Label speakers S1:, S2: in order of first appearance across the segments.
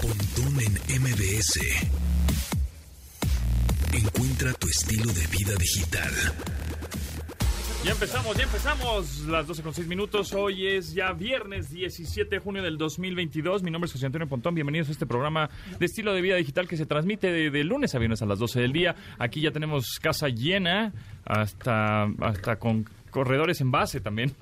S1: Pontón en MBS. Encuentra tu estilo de vida digital.
S2: Ya empezamos, ya empezamos las 12 con 6 minutos. Hoy es ya viernes 17 de junio del 2022. Mi nombre es José Antonio Pontón. Bienvenidos a este programa de estilo de vida digital que se transmite de, de lunes a viernes a las 12 del día. Aquí ya tenemos casa llena hasta, hasta con corredores en base también.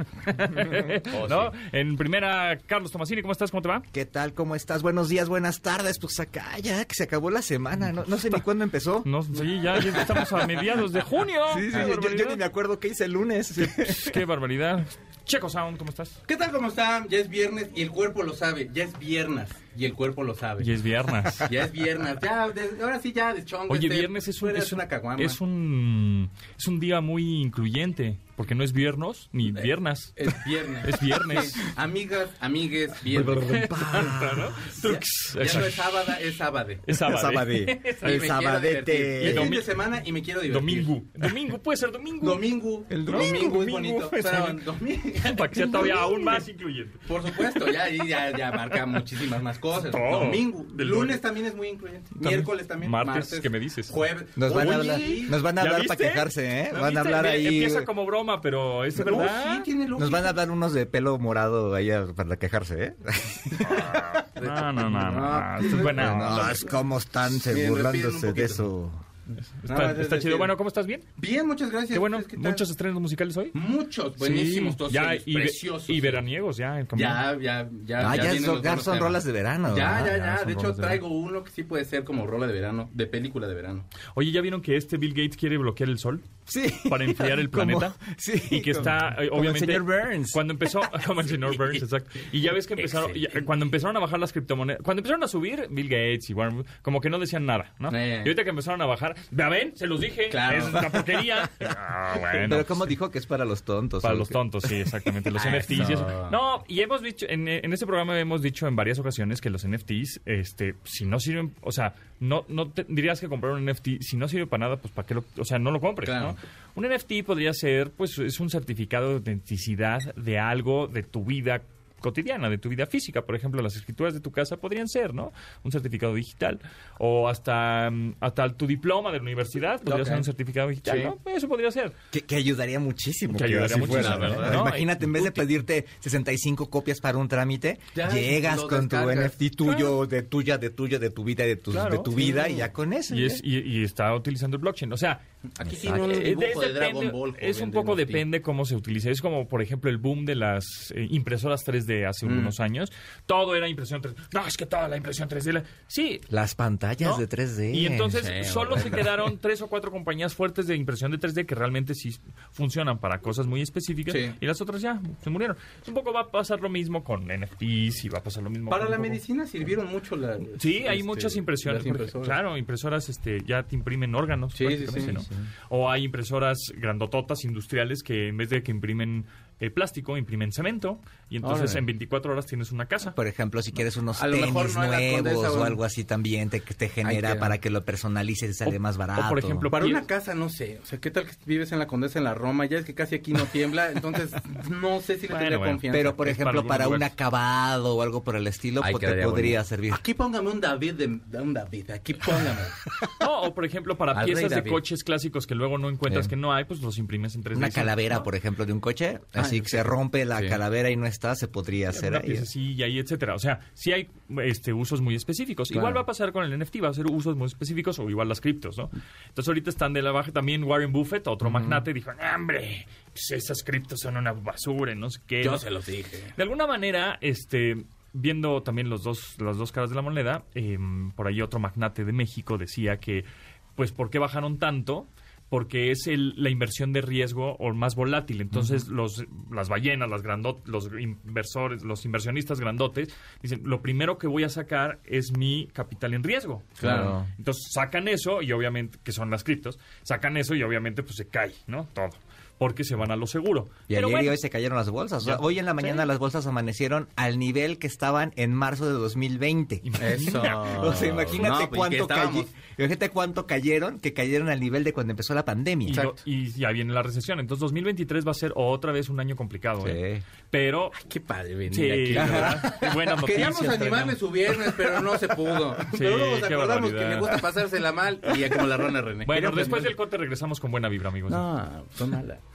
S2: ¿No? En primera, Carlos Tomasini, ¿cómo estás? ¿Cómo te va?
S3: ¿Qué tal? ¿Cómo estás? Buenos días, buenas tardes. Pues acá ya que se acabó la semana. No, no sé ni cuándo empezó.
S2: No, sí, ya, ya estamos a mediados de junio.
S3: Sí, sí,
S2: Qué
S3: yo, yo- yo ni
S2: barbaridad.
S3: me acuerdo qué hice el lunes.
S2: Qué barbaridad. Checo Sound, ¿cómo estás?
S4: ¿Qué tal? ¿Cómo están? Ya es viernes y el cuerpo lo sabe. Ya es viernes y el cuerpo lo sabe.
S2: Y es viernes.
S4: Ya es viernes. Ya, de- ahora sí, ya de chongo.
S2: Oye,
S4: este,
S2: viernes es un,
S4: fuera
S2: es,
S4: de una
S2: un-
S4: caguama.
S2: es un es un día muy incluyente, porque no es viernes ni
S4: Eh,
S2: viernas.
S4: Es viernes.
S2: Es viernes.
S4: Sí. Amigas, amigues, viernes.
S2: Trux.
S4: Ya no
S2: Exacto.
S4: es sábado, es sábado.
S2: Es sábado.
S3: Sabadé.
S4: Y me quiero
S3: El
S4: divertir. Y
S3: sabadete.
S4: es fin
S2: domi-
S4: de semana y me quiero divertir.
S2: Domingo. Domingo, puede ser domingo.
S4: Domingo.
S2: El domingo,
S4: domingo es bonito.
S2: domingo,
S4: Pero
S2: exacto.
S4: domingo.
S2: Para que sea todavía aún más incluyente.
S4: Por supuesto, ya, ahí ya, ya marca muchísimas más cosas.
S2: Todo.
S4: Domingo.
S2: Del lunes.
S4: lunes también es muy incluyente. Miércoles también.
S2: Martes, ¿qué me dices?
S4: Jueves.
S3: Nos van a
S4: Oye,
S3: hablar, nos van a
S2: ¿Ya
S3: hablar
S2: viste?
S3: para quejarse, ¿eh?
S2: ¿Ya
S3: Van
S2: viste?
S3: a hablar
S2: Mira,
S3: ahí.
S2: Empieza como broma, pero es
S4: No,
S2: verdad.
S4: sí, tiene lógica.
S3: Nos van a hablar unos de pelo morado ahí a- para quejarse, ¿eh?
S2: No, no, no, no, no.
S4: No,
S2: Esto es buena. onda.
S3: No, es como están se
S4: Miren, respiren un
S3: burlándose de
S4: poquito.
S3: eso.
S2: Está,
S4: más es
S2: está chido.
S4: decir-
S2: Bueno, ¿cómo estás? ¿Bien?
S4: Bien, muchas gracias.
S2: Qué bueno.
S4: ¿Ustedes qué tal?
S2: Muchos estrenos musicales hoy.
S4: Muchos, buenísimos,
S2: Sí,
S4: todos
S2: ya,
S4: ellos
S2: y, ve-
S4: preciosos.
S2: y veraniegos, ya. en combinado.
S4: Ya, ya, ya.
S3: Ah, ya,
S4: vienen
S3: son,
S4: los
S3: ya
S4: buenos
S3: son
S4: temas.
S3: rolas de verano.
S4: Ya,
S3: ¿verdad?
S4: ya,
S2: ya,
S4: ya.
S2: son
S4: De hecho,
S2: rolas de
S4: traigo uno que sí puede ser como rola de verano, de película de verano.
S2: Oye, ¿ya vieron que este Bill Gates quiere bloquear el sol?
S3: Sí.
S2: Para enfriar el
S3: Como-
S2: planeta.
S3: sí,
S2: Y que
S3: como-
S2: está, eh,
S3: como el
S2: obviamente.
S3: señor Burns.
S2: Cuando empezó. Como el señor Burns, exacto. Y ya ves que empezaron. ya- cuando empezaron a bajar las criptomonedas. Cuando empezaron a subir, Bill Gates y Warren. Buffett, Como que no decían nada, ¿no?
S4: Eh.
S2: Y ahorita que empezaron a bajar. ¿Ya ven? Se los dije.
S4: Claro.
S2: Es una porquería. Ah, bueno.
S3: Pero como dijo que es para los tontos.
S2: Para
S3: ¿o
S2: los
S3: qué?
S2: tontos, sí, exactamente. Los NFTs y eso.
S4: Ah, Eso.
S2: No, y hemos dicho, en, en este programa hemos dicho en varias ocasiones que los NFTs, este, si no sirven, o sea, no, no te- dirías que comprar un NFT, si no sirve para nada, pues para qué lo, o sea, no lo compres,
S4: Claro.
S2: ¿no? Un NFT podría ser, pues, es un certificado de autenticidad de algo de tu vida cotidiana, de tu vida física, por ejemplo, las escrituras de tu casa podrían ser, ¿no? Un certificado digital o hasta mm, hasta tu diploma de la universidad podría
S4: Ok.
S2: ser un certificado digital,
S4: Sí.
S2: ¿no? Eso podría ser.
S3: Que, que ayudaría muchísimo.
S2: Que ayudaría
S3: así
S2: muchísimo,
S3: fuera,
S4: la verdad.
S3: ¿no?
S2: No,
S3: Imagínate, en vez de pedirte 65 copias para un trámite,
S4: Ya,
S3: llegas
S4: lo
S3: con tu
S4: descargas.
S3: NFT tuyo, de tuya, de tuya, de tu vida, de, tus-
S2: Claro.
S3: de tu vida, y ya con eso.
S2: Y, es, y, y está utilizando el blockchain. O sea,
S4: Aquí tiene un
S2: eh,
S4: dibujo
S2: de- depende-
S4: de, Dragon Ball.
S2: es
S4: joven,
S2: un
S4: de
S2: poco
S4: NFT.
S2: depende cómo se utilice. Es como, por ejemplo, el boom de las eh, impresoras 3D hace
S4: Mm.
S2: unos años. Todo era impresión 3D. No, es que toda la impresión 3D. la- Sí.
S3: Las pantallas
S2: ¿no?
S3: de 3D.
S2: Y entonces
S4: Sí,
S2: solo se quedaron tres o cuatro compañías fuertes de impresión de 3D que realmente sí funcionan para cosas muy específicas
S4: Sí.
S2: y las otras ya se murieron. Un poco va a pasar lo mismo con NFTs y va a pasar lo mismo
S4: Para
S2: con
S4: la
S2: un poco-
S4: medicina sirvieron mucho las.
S2: Sí, hay
S4: este,
S2: muchas impresiones.
S4: las
S2: por ejemplo.
S4: impresoras.
S2: Claro, impresoras este, ya te imprimen órganos.
S4: Sí, sí,
S2: prácticamente,
S4: sí,
S2: ¿no?
S4: sí.
S2: O hay impresoras grandototas industriales que en vez de que imprimen eh, plástico, imprimen cemento. Y entonces
S4: Órale.
S2: en 24 horas tienes una casa.
S3: Por ejemplo, si quieres unos
S4: A lo
S3: tenis
S4: mejor no hagas con
S3: nuevos
S4: esa,
S3: o
S4: bueno.
S3: algo así también, te, te genera
S4: que-
S3: para que lo personalices y sale
S2: O-
S3: más
S2: o
S3: barato.
S2: por ejemplo,
S4: Para
S2: Pies.
S4: una casa, no sé. O sea, ¿qué tal que vives en la Condesa, en la Roma? Ya es que casi aquí no tiembla. Entonces, no sé si le
S2: Bueno,
S4: tendría
S2: bueno.
S4: confianza.
S3: pero por
S2: es para
S3: ejemplo,
S2: algunos
S3: para, un
S2: lugares.
S3: acabado o algo por el estilo,
S4: Ay,
S3: pues, te
S4: quedaría
S3: podría
S4: bonito.
S3: servir.
S4: Aquí póngame un David, de, un David. Aquí póngame.
S2: No, o por ejemplo, para
S4: Al
S2: piezas
S4: rey
S2: de
S4: David.
S2: coches clásicos que luego no encuentras,
S4: Sí.
S2: que no hay, pues los imprimes en 3D.
S3: Una calavera, por ejemplo, de un coche, así que se rompe la
S4: Ah, Sí.
S3: calavera y no está, se podría hacer
S2: una
S3: ahí.
S2: pieza así y ahí, etcétera. O sea, sí hay este, usos muy específicos. Igual
S4: Claro.
S2: va a pasar con el NFT, va a ser usos muy específicos o igual las criptos, ¿no? Entonces ahorita están de la baja también Warren Buffett, otro magnate, dijo, hombre, pues esas criptos son una basura, y no sé qué.
S4: Yo se los dije.
S2: De alguna manera, este, viendo también los dos, las dos caras de la moneda, eh, por ahí otro magnate de México decía que, pues, ¿por qué bajaron tanto? Porque es el- la inversión de riesgo o más volátil. Entonces, los, las ballenas, las grandot, los inversores, los inversionistas grandotes, dicen, lo primero que voy a sacar es mi capital en riesgo.
S4: Claro.
S2: Entonces sacan eso y obviamente, que son las criptos, sacan eso y obviamente pues se cae, ¿no? Todo. porque se van a lo seguro.
S3: Y
S2: Pero
S3: ayer y
S2: bueno,
S3: hoy se cayeron las bolsas. O sea,
S2: Ya.
S3: hoy en la mañana las bolsas amanecieron al nivel que estaban en marzo de 2020.
S4: Eso.
S3: O sea, imagínate
S4: No, pues, ¿qué
S3: cuánto
S4: estábamos?
S3: cayeron. Imagínate cuánto cayeron, que cayeron al nivel de cuando empezó la
S2: y,
S3: pandemia.
S2: do- y ya viene la recesión. Entonces 2023 va a ser otra vez un año complicado. ¿eh? Pero
S4: Qué padre venir
S2: sí,
S4: aquí.
S2: ¿verdad? Qué buenas noticias.
S4: Queríamos animarme
S2: traemos.
S4: su viernes, pero no se pudo.
S2: Sí,
S4: pero luego nos
S2: qué
S4: acordamos que
S2: barbaridad.
S4: le gusta pasársela mal y ya como la rana René.
S2: Bueno,
S4: Queríamos
S2: después del
S4: animarle.
S2: corte regresamos con buena vibra, amigos.
S4: No, son malas.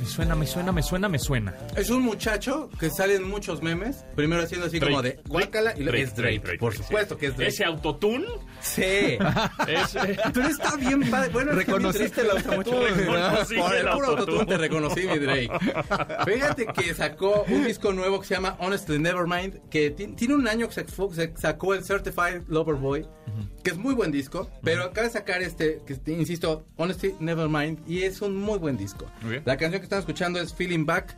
S2: Me suena, me suena, me suena, me suena.
S4: Es un muchacho que sale en muchos memes, primero haciendo así como de guácala y luego es Drake. por supuesto que es Drake.
S2: Ese autotune
S4: Sí.
S2: es... eh,
S4: Pero está bien padre. Bueno, es que
S3: Reconociste
S4: mi Drake-
S3: el autotune,
S2: Reconocí
S4: Por el
S2: el
S4: puro
S2: autotune.
S4: autotune te reconocí, mi Drake. Fíjate que sacó un disco nuevo que se llama Honestly Nevermind, que ti- tiene un año que se fo- se sacó el Certified Lover Boy, que es muy buen disco, pero acaba de sacar este, que te- insisto, Honestly Nevermind, y es un muy buen disco.
S2: Muy bien.
S4: La canción que están escuchando es Feeling Back.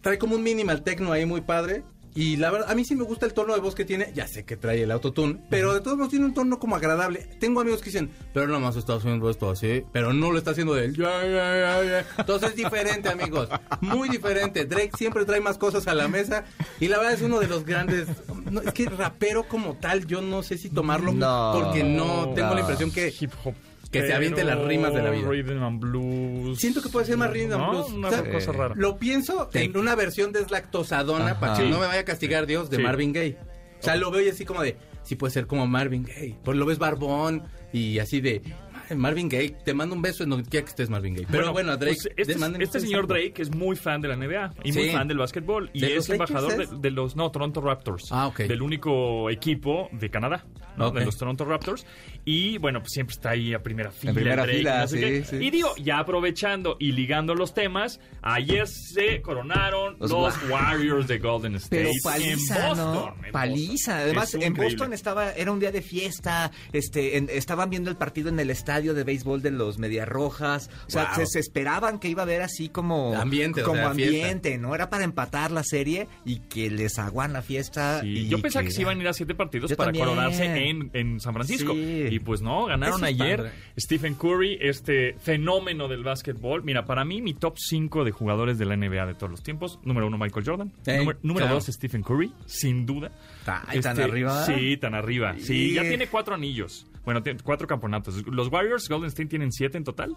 S4: Trae como un minimal techno ahí muy padre. Y la verdad, a mí sí me gusta el tono de voz que tiene. Ya sé que trae el autotune, pero de todos modos tiene un tono como agradable. Tengo amigos que dicen, pero nada más está haciendo esto así, pero no lo está haciendo de él. Ya, ya, ya, ya. Entonces es diferente, amigos. Muy diferente. Drake siempre trae más cosas a la mesa. Y la verdad es uno de los grandes. no, es que rapero como tal, yo no sé si tomarlo
S3: No.
S4: porque no tengo
S3: No.
S4: la impresión que.
S2: Ah, hip hop.
S4: que se aviente las rimas de la vida.
S2: Rhythm and blues.
S4: Siento que puede ser más rhythm and
S2: ¿No?
S4: blues.
S2: Una
S4: O sea,
S2: cosa rara.
S4: Lo pienso en una versión deslactosadona para que
S2: Sí.
S4: no me vaya a castigar Dios de
S2: Sí.
S4: Marvin Gaye. O sea, lo veo y así como de, sí puede ser como Marvin Gaye. Pues lo ves barbón y así de, "Ay, Marvin Gaye, te mando un beso en donde quiera que estés Marvin Gaye. Pero bueno, a Drake,
S2: pues, este,
S4: de- manden
S2: este
S4: ustedes
S2: señor
S4: algo.
S2: Drake es muy fan de la NBA y muy
S4: Sí.
S2: fan del básquetbol y
S4: ¿De
S2: es
S4: los
S2: embajador
S4: Lakers
S2: de,
S4: es?
S2: de los no Toronto Raptors,
S4: Ah, ok.
S2: del único equipo de Canadá, ¿no?
S4: Ok.
S2: de los Toronto Raptors y bueno pues siempre está ahí a primera fila.
S3: primera
S2: Drake,
S3: fila,
S2: no sé
S3: sí,
S2: qué.
S3: sí.
S2: Y digo ya aprovechando y ligando los temas, ayer se coronaron los,
S3: Los
S2: Warriors de Golden State
S3: Pero
S2: en
S3: paliza,
S2: Boston.
S3: ¿no?
S2: en Boston.
S3: Paliza. Además,
S2: Es
S3: en
S2: increíble.
S3: Boston estaba, era un día de fiesta. Este, en- estaban viendo el partido en el estadio de béisbol de los Medias Rojas. O sea,
S4: Wow.
S3: se, se esperaban que iba a haber así como
S4: Ambiente, o
S3: como
S4: sea, fiesta.
S3: ambiente, ¿no? Era para empatar la serie y que les aguan la fiesta.
S2: Sí,
S3: y
S2: yo pensaba que
S3: que-
S2: se iban a ir a siete partidos
S3: Yo
S2: para
S3: también.
S2: coronarse en, en San Francisco.
S3: Sí.
S2: Y pues no, ganaron
S4: Eso es
S2: ayer
S4: padre.
S2: Stephen Curry, este fenómeno del básquetbol. Mira, para mí, mi top 5 de jugadores de la NBA de todos los tiempos. Número uno, Michael Jordan.
S4: Eh,
S2: número número
S4: claro.
S2: dos, Stephen Curry, sin duda. Este,
S3: Ay, tan arriba.
S2: Sí, tan arriba. Sí,
S3: Y-
S2: ya tiene cuatro anillos. Bueno, tiene cuatro campeonatos. Los Warriors, Golden State tienen siete en total.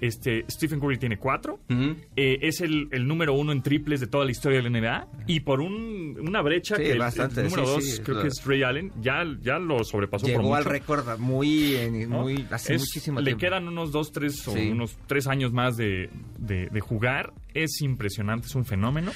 S2: Este, Stephen Curry tiene cuatro.
S4: Ujú.
S2: Eh, es el, el número uno en triples de toda la historia de la NBA. Y por un- una brecha
S3: Sí,
S2: que el- el,
S3: bastante,
S2: número
S3: sí,
S2: dos,
S3: sí,
S2: creo
S3: claro.
S2: que es Ray Allen, ya, ya lo sobrepasó por
S3: Llegó
S2: mucho.
S3: al récord muy, en-
S2: ¿no?
S3: muy hace
S2: Es-
S3: muchísimo
S2: le
S3: tiempo.
S2: quedan unos dos, tres o
S3: Sí.
S2: unos tres años más de, de- de jugar. Es impresionante, es un fenómeno.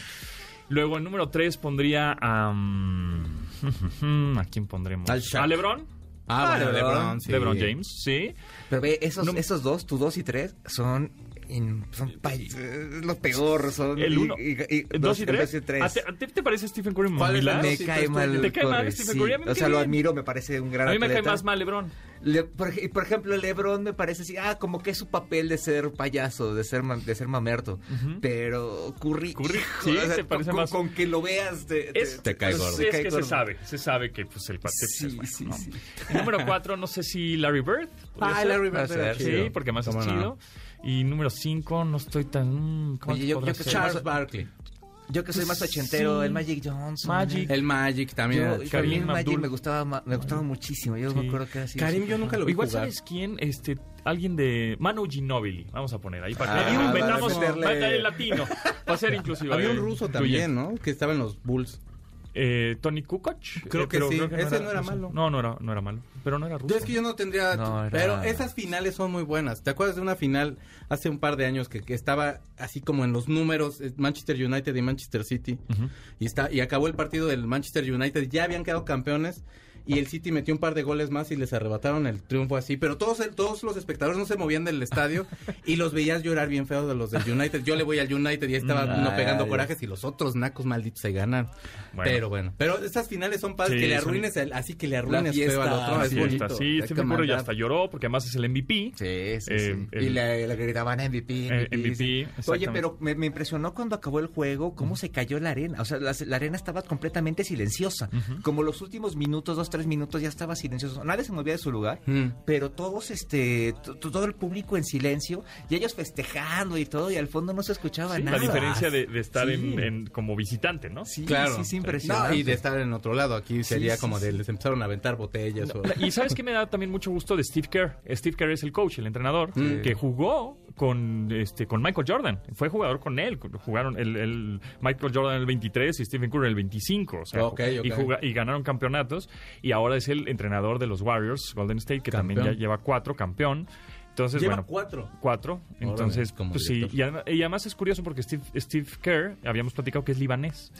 S2: Luego, en número tres pondría a... mm, ¿A quién pondremos?
S4: Al Shaq.
S2: ¿A LeBron?
S4: Ah,
S3: Ah,
S4: bueno,
S3: LeBron.
S4: LeBron, sí.
S2: LeBron James, sí.
S3: Pero ve, esos,
S2: No-
S3: esos dos, tu dos y tres, son... in- son pa- eh, lo peor, son...
S2: El
S3: y-
S2: 1,
S3: y- y-
S2: dos y
S3: el
S2: tres.
S3: y
S2: ¿A ti- a ti te parece Stephen Curry
S4: ¿Cuál es la
S2: mamilas?
S4: Claro,
S3: me
S4: sí,
S3: cae
S4: tú-
S3: mal.
S2: ¿Te cae mal
S3: Curry,
S2: Stephen
S3: sí.
S2: Curry? A mí me
S3: O sea,
S2: cae
S3: lo
S2: bien.
S3: admiro, me parece un gran
S2: A mí me cae
S3: atleta.
S2: más mal LeBron.
S3: Le- por, ej- por ejemplo, LeBron me parece así, ah, como que es su papel de ser payaso, de ser ma- de ser mamerto. Pero Curry,
S2: Curry, sí, se parece
S3: con,
S2: más.
S3: con que lo veas te, te-
S2: Es,
S4: Te cae gordo.
S2: sí, es que se
S3: gordo.
S2: sabe, se sabe que pues, el pastel
S3: Sí,
S2: es bueno,
S3: sí,
S2: ¿no?
S3: sí.
S2: Y Número cuatro, no sé si Larry Bird. podría
S4: Ah,
S2: ser.
S4: Larry Bird era
S2: Sí,
S4: chido.
S2: porque más es
S4: ¿Cómo no?
S2: chido. Y número cinco, no estoy tan... mm, ¿cómo
S3: Oye, yo-
S2: podrá
S3: yo que
S2: ser?
S3: Char-
S4: Charles Barkley.
S3: Yo que soy más ochentero, el Magic Johnson.
S2: Magic.
S4: El Magic también.
S3: Yo,
S4: era
S3: a mí
S4: chido.
S3: el
S2: Karim
S3: Magic
S2: Abdul.
S3: me gustaba, ma- me gustaba muchísimo. Yo me
S2: Sí.
S3: acuerdo que era así.
S4: Karim, yo nunca lo vi
S2: Igual
S4: jugar.
S2: sabes quién, este, alguien de Manu Ginobili, vamos a poner ahí para que
S4: Ah,
S2: Ahí
S4: para
S2: metamos
S3: meterle-
S2: para meter el latino, para ser inclusivo.
S4: Había
S2: eh,
S4: un ruso
S2: incluyente.
S4: también, ¿no? Que estaba en los Bulls.
S2: Eh, Tony Kukoc.
S4: Creo
S2: eh,
S4: que
S2: pero
S4: sí.
S2: no
S4: Ese no era
S2: sé.
S4: malo.
S2: No, no era, no era malo. Pero no era ruso.
S4: Yo es que yo no tendría...
S3: No, era-
S4: Pero esas finales son muy buenas. ¿Te acuerdas de una final hace un par de años que, que estaba así como en los números eh, Manchester United y Manchester City?
S2: Ujú.
S4: y, está, y acabó el partido del Manchester United. Ya habían quedado campeones. y el City metió un par de goles más y les arrebataron el triunfo así. Pero todos, el- todos los espectadores no se movían del estadio y los veías llorar bien feo de los del United. Yo le voy al United y ahí estaba
S3: Mm,
S4: uno
S3: ay,
S4: pegando
S3: ay.
S4: corajes y los otros nacos malditos se ganan.
S2: Bueno.
S4: Pero bueno, pero estas finales son
S2: Sí,
S4: padres. que le
S2: son-
S4: arruines, el- así que le arruines
S3: fiesta,
S4: feo al otro.
S3: la
S4: Es
S2: Sí,
S3: fiesta,
S4: bonito.
S2: sí,
S4: Hay
S2: se
S4: que
S2: me ocurre, ya
S4: mandar-
S2: hasta lloró porque además es el MVP.
S3: Sí, sí,
S2: Eh,
S3: sí.
S2: el-
S3: y le, le gritaban MVP.
S2: Eh, MVP,
S3: sí. Oye,
S2: exactamente.
S3: pero me, me impresionó cuando acabó el juego cómo se cayó la arena. O sea, las- la, arena estaba completamente silenciosa. Como los últimos minutos, dos, tres minutos, ya estaba silencioso. Nadie se movía de su lugar.
S4: Mm.
S3: Pero todos, este, to- todo el público en silencio y ellos festejando y todo, y al fondo no se escuchaba
S2: Sí,
S3: nada.
S2: la diferencia de, de estar
S3: Sí.
S2: en, en- como visitante, ¿no?
S3: Sí,
S4: Claro.
S3: sí, sí,
S4: No,
S3: impresionante.
S4: y de estar en otro lado. Aquí sería
S3: sí,
S4: como de
S3: sí.
S4: les empezaron a aventar botellas. o-
S2: Y sabes que me da también mucho gusto de Steve Kerr. Steve Kerr es el coach, el entrenador,
S4: Sí.
S2: que jugó con este con Michael Jordan. Fue jugador con él. Jugaron el, el Michael Jordan en el 23 y Stephen Curry en el 25. o sea,
S4: Ok, ok.
S2: Y, juga- y ganaron campeonatos. Y ahora es el entrenador de los Warriors, Golden State, que también
S4: Campeón.
S2: ya lleva cuatro, campeón. Entonces,
S4: Lleva
S2: bueno,
S4: cuatro.
S2: cuatro.
S4: Órale,
S2: Entonces,
S4: como
S2: pues sí.
S4: director.
S2: Y además, y además es curioso porque Steve, Steve Kerr, habíamos platicado que es libanés.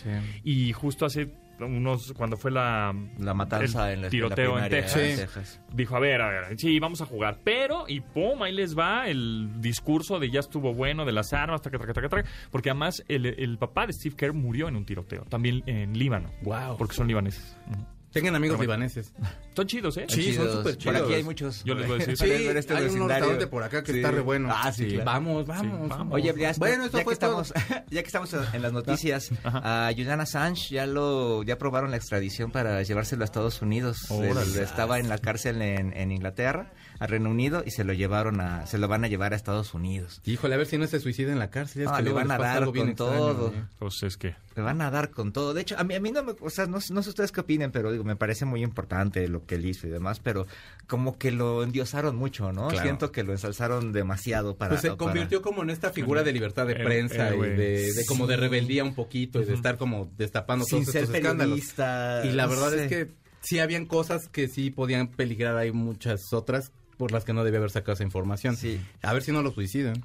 S2: Y justo hace unos, cuando fue la,
S3: La matanza
S2: el
S3: en la
S2: tiroteo
S3: la
S2: en
S3: primaria
S2: Texas,
S3: en
S4: Sí.
S3: Texas.
S2: dijo, a ver, a ver, sí, vamos a jugar, pero, y pum, ahí les va el discurso de ya estuvo bueno, de las armas, traca, traca, traca, traca, porque además el, el papá de Steve Kerr murió en un tiroteo, también en Líbano,
S4: Wow.
S2: porque son libaneses. Ujú.
S4: Tengan amigos
S2: Pero bueno.
S4: libaneses.
S2: Son chidos, ¿eh?
S4: Sí, son súper
S3: Por
S4: chidos.
S3: aquí hay muchos.
S2: Yo les voy a decir.
S4: Sí,
S3: Para ver este
S4: hay un
S3: vecindario.
S4: restaurante por acá que
S3: Sí.
S4: está re bueno.
S3: Ah, sí, claro.
S4: Vamos,
S2: Sí,
S4: vamos,
S2: vamos.
S3: Oye, ya,
S4: Bueno, eso
S3: ya
S4: fue
S3: que estamos, ya que estamos en las noticias, a Julian Assange ya lo ya aprobaron la extradición para llevárselo a Estados Unidos. Él
S2: Órale.
S3: estaba en la cárcel en, en Inglaterra, a Reino Unido y se lo llevaron a se lo van a llevar a Estados Unidos.
S4: Híjole, a ver si no se suicida en la cárcel. es
S3: Ah,
S4: que
S3: le
S4: luego
S3: van
S4: les
S3: a
S4: pasa
S3: dar
S4: algo bien
S3: con
S4: extraño,
S3: todo.
S4: ¿eh?
S2: Pues es que...
S3: Le van a dar con todo. De hecho, a mí, a mí no me, o sea, no, no sé ustedes qué opinen, pero digo, me parece muy importante lo que él hizo y demás, pero como que lo endiosaron mucho, ¿no?
S4: Claro.
S3: Siento que lo ensalzaron demasiado para
S4: Pues se
S3: para-
S4: convirtió como en esta figura de libertad de
S2: Héroe.
S4: prensa y de, de como de
S3: Sí.
S4: rebeldía un poquito y de estar como destapando
S3: sin
S4: todos
S3: ser
S4: estos escándalos.
S3: periodista.
S4: Y la
S3: no
S4: verdad
S3: sé.
S4: es que sí habían cosas que sí podían peligrar, hay muchas otras por las que no debía haber sacado esa información.
S3: Sí.
S4: A ver si no lo suicidan.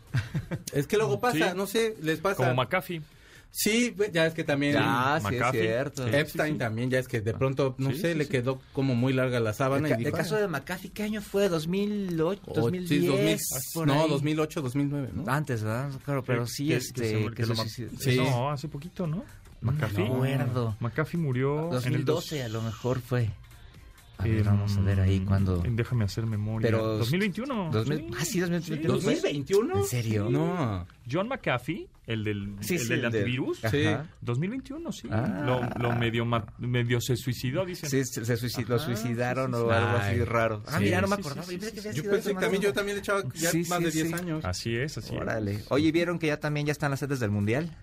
S4: es que luego pasa,
S2: Sí.
S4: no sé, les pasa.
S2: Como McAfee.
S4: sí, pues, ya es que también
S3: Ya, Ah, sí, es
S2: McAfee.
S3: cierto.
S2: Sí. Ah.
S4: Epstein también, ya es que de pronto, no
S2: Sí,
S4: sé,
S2: sí,
S4: le
S2: sí.
S4: quedó como muy larga la sábana
S3: El,
S4: y
S3: ca-
S4: dijo,
S3: el caso
S4: "Ah,
S3: de McAfee, ¿qué año fue? ¿2008?
S4: oh, sí,
S3: ¿2010?
S4: 2000,
S3: por
S4: no,
S3: ahí. Ah,
S4: 2008, 2009, ¿no?
S3: Antes, ¿verdad? Claro, pero sí,
S2: Que- que
S3: este...
S2: se-
S3: que
S2: que lo
S3: se
S2: ma-
S3: suicidó.
S4: Sí.
S2: No, hace poquito, ¿no?
S3: No me acuerdo.
S2: McAfee murió en el
S3: 2012
S2: dos-
S3: a lo mejor fue. A ver,
S2: en-
S3: vamos a ver ahí cuando...
S2: Déjame hacer memoria.
S3: Pero-
S2: 2021.
S3: 2000 Ah, sí, 2021.
S2: Sí.
S4: ¿2021?
S3: ¿En serio?
S4: No.
S2: John McAfee, el del,
S3: Sí,
S2: el
S3: sí,
S2: del
S3: el del-
S2: antivirus.
S3: Ajá.
S4: Sí.
S2: 2021, sí.
S3: Ah.
S2: Lo, lo medio, ma- medio se suicidó, dicen.
S3: Sí, se, se suici- lo
S2: Ajá,
S3: suicidaron
S2: Ah, sí,
S3: o
S2: sí,
S4: sí.
S3: algo
S4: Ay.
S3: así raro. Ah,
S2: Sí,
S3: mira, no me
S2: sí, sí,
S3: acordaba.
S2: sí,
S3: Yo pensé que había
S4: Yo
S3: sido
S4: pensé
S3: hace
S4: que Pues
S3: más
S4: también yo
S3: tiempo.
S4: también le echaba ya
S3: Sí,
S4: más
S3: sí,
S4: de
S3: sí. Ah,
S4: 10 años.
S2: Así es, así
S3: Órale.
S2: es.
S3: Oye, ¿vieron que ya también ya están las sedes del Mundial?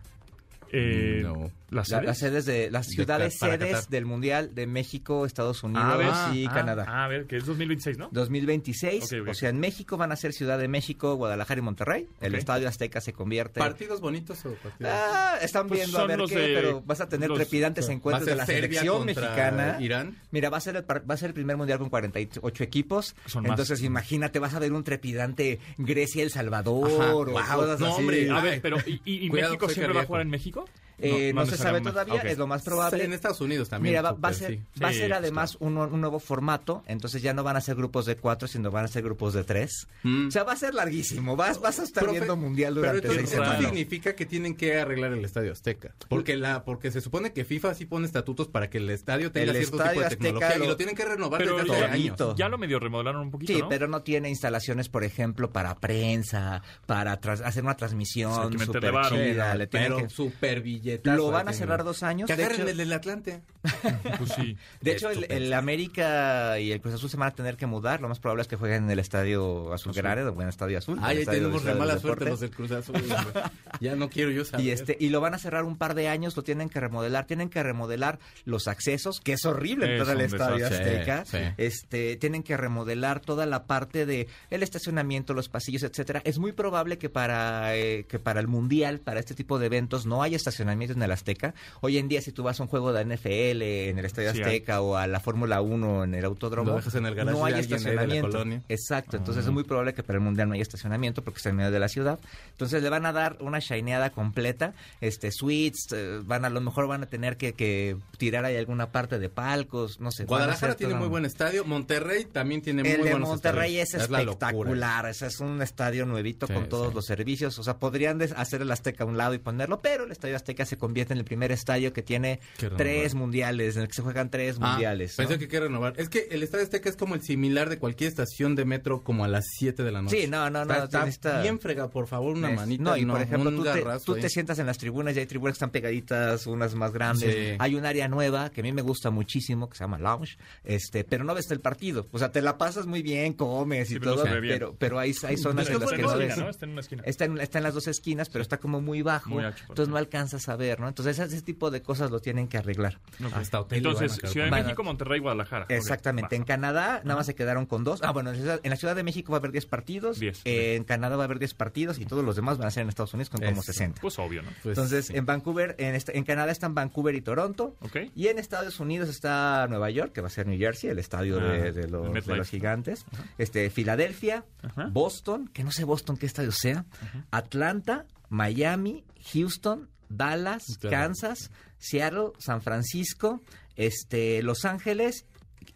S2: Eh,
S4: No.
S2: ¿Las
S3: La-
S2: sedes?
S3: las sedes de las
S4: De
S3: ciudades
S4: Qatar, para
S3: sedes
S4: Qatar.
S3: del Mundial de México, Estados Unidos
S2: Ah,
S4: ¿ves?
S3: y
S2: Ah,
S3: Canadá.
S2: ah, a ver, que es 2026, ¿no?
S3: 2026,
S2: Ok, ok.
S3: o sea, en México van a ser Ciudad de México, Guadalajara y Monterrey. El
S2: Ok.
S3: Estadio Azteca se convierte.
S4: ¿Partidos bonitos o partidos?
S3: Ah, están
S2: Pues
S3: viendo a
S2: son
S3: ver
S2: los
S3: qué,
S2: de-
S3: pero vas a tener
S2: los-
S4: O
S3: trepidantes
S4: sea,
S3: encuentros
S4: va a
S3: de la
S4: ser Serbia
S3: selección
S4: contra
S3: mexicana.
S4: Irán.
S3: Mira, va a ser el par- va a ser el primer mundial con 48 equipos.
S2: Son más.
S3: Entonces, imagínate, vas a ver un trepidante Grecia, El
S4: Ajá.
S3: Salvador o
S4: Wow,
S3: cosas
S4: no,
S3: así.
S4: hombre,
S2: A ver, pero ¿y, y- y
S4: Cuidado,
S2: México
S4: soy
S2: siempre va a
S4: cardíaco.
S2: jugar en México?
S3: Eh, no, se sabe
S2: necesariamente.
S3: todavía,
S2: Ok. este
S3: es lo más probable.
S4: En Estados Unidos también.
S3: Mira, va, va a
S4: súper,
S3: ser,
S4: sí.
S3: va a
S2: Sí,
S3: ser
S2: pues,
S3: además un, nu- un nuevo formato, entonces ya no van a ser grupos de cuatro, sino van a ser grupos de tres.
S4: Mm.
S3: O sea, va a ser larguísimo, vas, vas a estar
S4: Profe,
S3: viendo mundial durante
S4: pero
S3: seis
S4: entonces,
S2: Claro.
S4: eso
S3: semanas.
S4: significa que tienen que arreglar el estadio Azteca. Porque la porque se supone que FIFA sí pone estatutos para que el estadio tenga
S3: El
S4: cierto
S3: estadio
S4: tipo de
S3: Azteca
S4: tecnología
S3: lo-
S4: y lo tienen que renovar
S2: Pero
S4: desde hace
S2: ahorita-
S4: años.
S3: Torito.
S2: Ya lo medio remodelaron un poquito,
S3: Sí,
S2: ¿no?
S3: pero no tiene instalaciones, por ejemplo, para prensa, para tras- hacer una
S2: O sea,
S3: transmisión
S2: que meterle
S3: súper
S2: varo.
S3: chida. le tienen
S4: Pero
S3: que-
S4: super billetazo.
S3: Lo van
S4: ahí
S3: a
S4: tienen.
S3: cerrar dos años.
S4: Que
S3: de
S4: agarren
S3: hecho-
S4: el del Atlante.
S2: Pues sí.
S3: De hecho, el, el América y el Cruz Azul se van a tener que mudar. Lo más probable es que jueguen en el Estadio Azulgrana, un buen Estadio Azul.
S4: Ay,
S3: el
S4: ahí
S3: estadio
S4: tenemos
S3: de
S4: re
S3: los
S4: mala suerte
S3: deportes.
S4: los del Cruz Azul. güey. ya no quiero yo saber.
S3: Y, este, y lo van a cerrar un par de años, lo tienen que remodelar, tienen que remodelar los accesos, que es horrible
S2: Es
S3: entrar al
S2: un
S3: estadio
S4: desastre.
S3: Azteca.
S4: Sí, sí.
S3: Este, tienen que remodelar toda la parte de el estacionamiento, los pasillos, etcétera. Es muy probable que para, eh, que para el mundial, para este tipo de eventos, no haya estacionamientos en el Azteca. Hoy en día, si tú vas a un juego de NFL en el Estadio
S2: Sí,
S3: Azteca o a la Fórmula 1 en el Autódromo,
S4: Lo dejas en el garaje
S3: no
S4: de
S3: hay
S4: alguien ahí de la
S3: estacionamiento.
S4: colonia.
S3: Exacto, entonces
S4: Ah.
S3: es muy probable que para el Mundial no haya estacionamiento porque está en medio de la ciudad. Entonces le van a dar una shineada completa, este, suites, eh, van a lo mejor van a tener que, que tirar ahí alguna parte de palcos, no sé. van a
S4: Guadalajara
S3: hacer
S4: tiene
S3: toda
S4: muy
S3: una-
S4: buen estadio. Monterrey también tiene muy
S3: el de
S4: buenos
S3: Monterrey es
S4: estadios. la locura.
S3: espectacular, ese es un estadio nuevito
S4: Sí,
S3: con todos
S4: sí.
S3: los servicios, o sea, podrían des- hacer el Azteca a un lado y ponerlo, pero el Estadio Azteca se convierte en el primer estadio que tiene
S4: Qué raro.
S3: tres mundiales, en el que se juegan tres
S4: Ah,
S3: mundiales. ¿no?
S4: Pensé que quiere renovar. Es que el Estadio Azteca es como el similar de cualquier estación de metro como a las 7 de la noche.
S3: Sí, no, no, no,
S4: Está, está
S3: necesita-
S4: bien fregado, por favor, una
S3: Es-
S4: manita.
S3: No, y por ejemplo,
S4: un
S3: tú, te,
S4: garrazo
S3: tú
S4: ahí.
S3: te sientas en las tribunas y hay tribunas que están pegaditas, unas más grandes.
S4: Sí.
S3: Hay un área nueva que a mí me gusta muchísimo, que se llama Lounge, este, pero no ves el partido. O sea, te la pasas muy bien, comes y
S2: Sí, pero no
S3: todo,
S2: se ve
S3: pero,
S2: bien.
S3: pero, hay, hay zonas
S2: Está en
S3: en las que no
S2: una
S3: ves.
S2: esquina, ¿no? Está en una esquina.
S3: Está en, está en las dos esquinas, pero está como muy bajo.
S2: Muy ancho, por
S3: entonces no
S2: ejemplo.
S3: alcanzas a ver, ¿no? Entonces ese, ese tipo de cosas lo tienen que arreglar.
S2: Ok.
S4: Hasta pues, hotel
S2: Entonces,
S4: iban a
S2: Ciudad de
S3: acabar.
S2: México, Monterrey, Guadalajara. Ok,
S3: Exactamente. En
S2: va.
S3: Canadá nada más se quedaron con dos. Ah, bueno, en la Ciudad- en la Ciudad de México va a haber 10 partidos.
S2: Diez,
S3: eh, en Canadá va a haber 10 partidos y todos los demás van a ser en Estados Unidos con como
S4: Eso.
S3: 60.
S2: Pues obvio, ¿no?
S4: Pues,
S3: Entonces,
S4: sí.
S3: en Vancouver, en, esta- en Canadá están Vancouver y Toronto.
S2: Ok. Pues
S3: Y en Estados Unidos está Nueva York, que va a ser New Jersey, el estadio
S2: Ah,
S3: de, de los,
S2: el MetLife.
S3: de los gigantes. Este, Filadelfia,
S2: Ajá.
S3: Boston, que no sé Boston qué estadio sea. Atlanta, Miami, Houston, Dallas,
S4: Claro.
S3: Kansas, Seattle, San Francisco, este, Los Ángeles.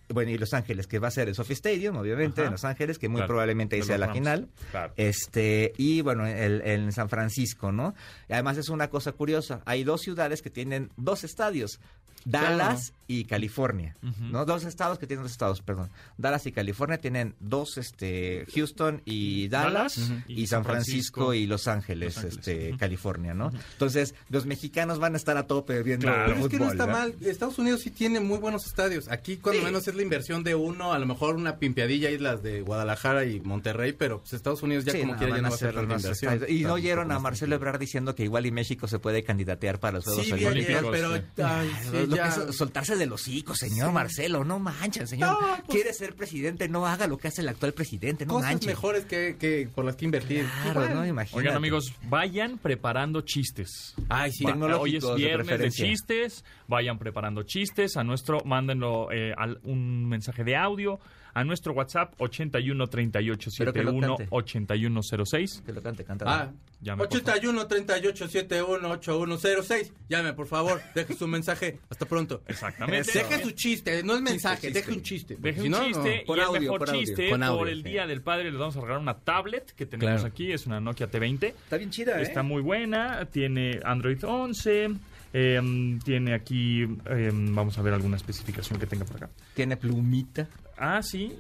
S3: Bueno, y Los Ángeles, que va a ser el Sophie Stadium, obviamente,
S2: Ajá.
S3: en Los Ángeles, que muy
S2: Claro,
S3: probablemente ahí
S2: de
S3: sea
S2: los
S3: la
S2: Rams.
S3: final.
S2: Claro.
S3: Este, y bueno, el- en San Francisco, ¿no? Y Además es una cosa curiosa, hay dos ciudades que tienen dos estadios, Dallas y California, ¿no? Dos estados que tienen dos estados, perdón. Dallas y California tienen dos, este, Houston y Dallas,
S2: Dallas, ujú,
S3: y, San Francisco, y Los Ángeles,
S2: Los Ángeles,
S3: este, California, ¿no? Entonces, los mexicanos van a estar a tope viendo
S2: Claro.
S4: Pero
S3: fútbol.
S4: es que no está
S3: ¿no?
S4: mal. Estados Unidos sí tiene muy buenos estadios. Aquí, cuando
S3: Sí.
S4: menos, es la inversión de uno, a lo mejor una pimpeadilla, islas de Guadalajara y Monterrey, pero pues, Estados Unidos ya
S3: Sí,
S4: como
S3: no,
S4: quiera ya
S3: van
S4: no
S3: a
S4: va a ser
S3: hacer
S4: tanta
S3: los
S4: inversión.
S3: estadios. Y
S4: Está
S3: no
S4: un
S3: oyeron
S4: poco
S3: a
S4: más
S3: Marcelo
S4: tranquilo.
S3: Ebrard diciendo que igual y México se puede candidatear para los Juegos
S4: Sí, vi
S3: Olímpicos.
S4: ayer, pero ay,
S3: Ay,
S4: sí,
S3: lo que
S4: ya.
S3: es soltarse del hocico, señor Marcelo, no manchen, señor. Quiere ser presidente, no haga lo que hace el actual presidente, no
S4: cosas
S3: manchen.
S4: mejores que, que por las que invertir.
S3: Claro, no imagínate.
S2: Oigan, amigos, vayan preparando chistes.
S4: Ay, sí.
S3: Tecno- Tecnológicos,
S2: Hoy es
S3: de
S2: viernes de,
S3: preferencia.
S2: chistes. Vayan preparando chistes. A nuestro, mándenlo eh, al- un mensaje de audio. A nuestro WhatsApp 81 38
S3: Pero que lo
S2: 71
S3: cante.
S2: 81 06.
S3: Que lo cante, canta.
S4: Ah,
S2: Llame, por
S4: 81 38 71 8106. Llame, por favor. Deje su mensaje. Hasta pronto.
S2: Exactamente.
S4: Deje su chiste, no es mensaje,
S3: chiste.
S4: deje un chiste. porque
S2: Deje
S4: si
S2: un
S4: no, no.
S2: chiste
S3: Por
S2: y el
S3: audio,
S2: mejor
S3: por audio.
S2: chiste
S4: Con audio,
S2: por el
S4: sí.
S2: Día del Padre les vamos a regalar una tablet que tenemos
S4: Claro.
S2: aquí, es una Nokia T20.
S3: Está bien chida, ¿eh?
S2: Está muy buena, tiene Android 11, em, tiene aquí, em, vamos a ver alguna especificación que tenga por acá.
S3: Tiene plumita.
S2: Ah, sí.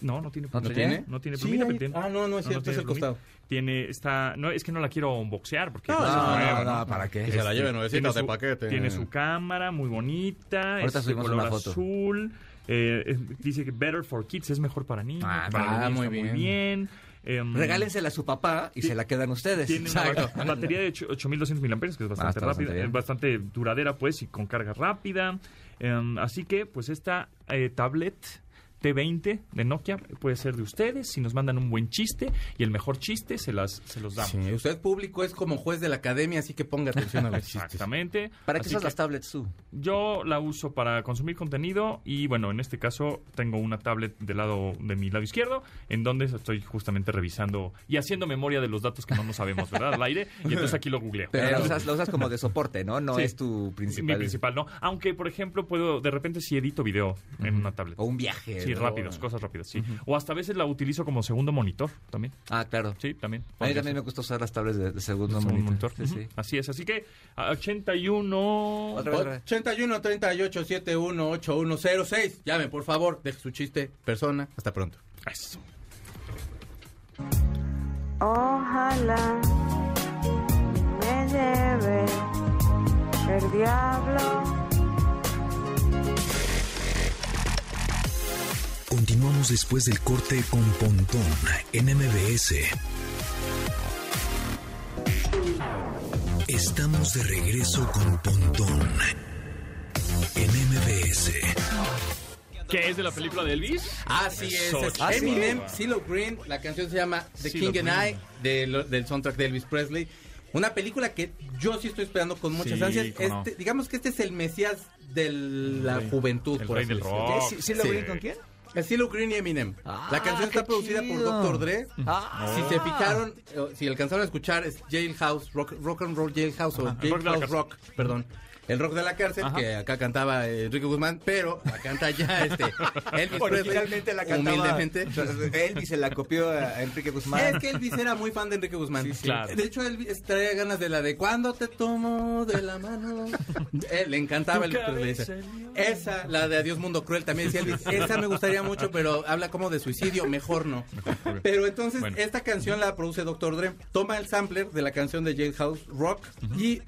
S2: No, no tiene
S3: ¿No
S2: plumita.
S4: tiene?
S2: No tiene
S4: Sí,
S2: plumita,
S4: ahí-
S2: pero tiene-
S4: ah, no, no es cierto,
S2: tiene
S4: es el
S2: plumita.
S4: costado. Ah,
S2: Tiene, está, no, es que no la quiero unboxear porque...
S4: No,
S2: pues, es
S4: no,
S2: nueva,
S4: no,
S2: ¿no?
S4: no, para
S3: qué? Este,
S4: Que se la lleven,
S2: este, tiene
S4: nuevecita
S2: su,
S4: de paquete.
S2: tiene su cámara muy bonita.
S3: Ahorita
S2: es de
S3: subimos
S2: color
S3: una foto.
S2: azul. eh, es- dice que Better for Kids es mejor para niños.
S3: Ah,
S2: para
S4: ah,
S2: niños
S4: muy
S2: está
S4: bien.
S2: Em,
S3: Regálensela a su papá y
S2: Ti-
S3: se la quedan ustedes.
S2: Tiene una ba- batería de ocho- 8200 mAh, que es
S3: Ah,
S2: bastante
S3: está bastante
S2: rápida,
S3: bien.
S2: eh, bastante duradera, pues, y con carga rápida. Em, así que, pues, esta eh, tablet T20 de Nokia puede ser de ustedes si nos mandan un buen chiste y el mejor chiste se, las, se los damos.
S4: Sí, usted público es como juez de la academia, así que ponga atención a los chistes.
S2: Exactamente.
S3: ¿Para qué
S2: Así
S3: usas
S2: que-
S3: las tablets, Su?
S2: Yo la uso para consumir contenido y bueno, en este caso tengo una tablet del lado de mi lado izquierdo en donde estoy justamente revisando y haciendo memoria de los datos que no nos sabemos, ¿verdad? Al aire y entonces aquí lo googleo.
S3: Pero la usas, la usas como de soporte, ¿no? No
S2: Sí.
S3: es tu principal.
S2: Mi principal, ¿no? Aunque, por ejemplo, puedo, de repente si edito video en una tablet.
S3: O un viaje.
S2: Sí,
S3: ¿no?
S2: rápidos, cosas rápidas, sí. O hasta a veces la utilizo como segundo monitor también.
S3: Ah, claro.
S2: Sí, también.
S3: A mí
S2: Podría
S3: también me gusta usar las tablets de, de
S2: ser
S3: segundo
S2: segundo
S3: monitor.
S2: monitor.
S3: Sí, sí.
S2: Ujú. Así es, así que a 81...
S3: Otra vez, otra vez.
S4: 81 38 71 8106. Llame, por favor. Deje su chiste, persona. Hasta pronto.
S2: Eso.
S5: Ojalá me lleve el diablo.
S1: Continuamos después del corte con Pontón en MBS. Estamos de regreso con Pontón en MBS.
S2: ¿Qué es de la película de Elvis?
S4: Así es.
S2: Eso,
S4: es
S2: chihuahua.
S4: Eminem, CeeLo Green. La canción se llama The
S2: Ah, CeeLo
S4: King
S2: Green.
S4: and I, de lo- del soundtrack de Elvis Presley. Una película que yo sí estoy esperando con muchas
S2: Sí,
S4: ansias.
S2: cómo no.
S4: Este, Digamos que este es el Mesías de la
S2: rey-
S4: juventud,
S2: el
S4: por
S2: rey
S4: así
S2: del
S4: decirlo.
S2: rock.
S3: ¿Sí, sí lo
S4: Sí.
S3: abrí con quién?
S4: Es CeeLo Green y Eminem.
S3: Ah,
S4: la canción está
S3: qué
S4: producida
S3: chido.
S4: por Dr. Dre.
S3: Ah.
S4: Si se fijaron, eh, si alcanzaron a escuchar, es Jailhouse, Rock, rock and Roll Jailhouse o
S2: el rock de la
S4: Jailhouse
S2: cárcel.
S4: Rock, perdón. El rock de la cárcel,
S2: Ajá.
S4: que acá cantaba eh, Enrique Guzmán, pero la canta ya este, Elvis
S3: pues,
S4: Presley,
S3: Originalmente la cantaba.
S4: Humildemente.
S3: o sea, Elvis se la copió a Enrique Guzmán.
S4: Es que Elvis era muy fan de Enrique Guzmán.
S2: sí. Claro.
S4: De hecho, Elvis traía ganas de la de cuando te tomo de la mano. Eh, le encantaba el
S2: Tu cabeza,
S4: esa. esa, la de Adiós Mundo Cruel, también decía Elvis. Esa me gustaría mucho, pero habla como de suicidio. Mejor no. Pero entonces,
S2: Bueno.
S4: esta canción la produce Dr. Dre. Toma el sampler de la canción de Jailhouse Rock y.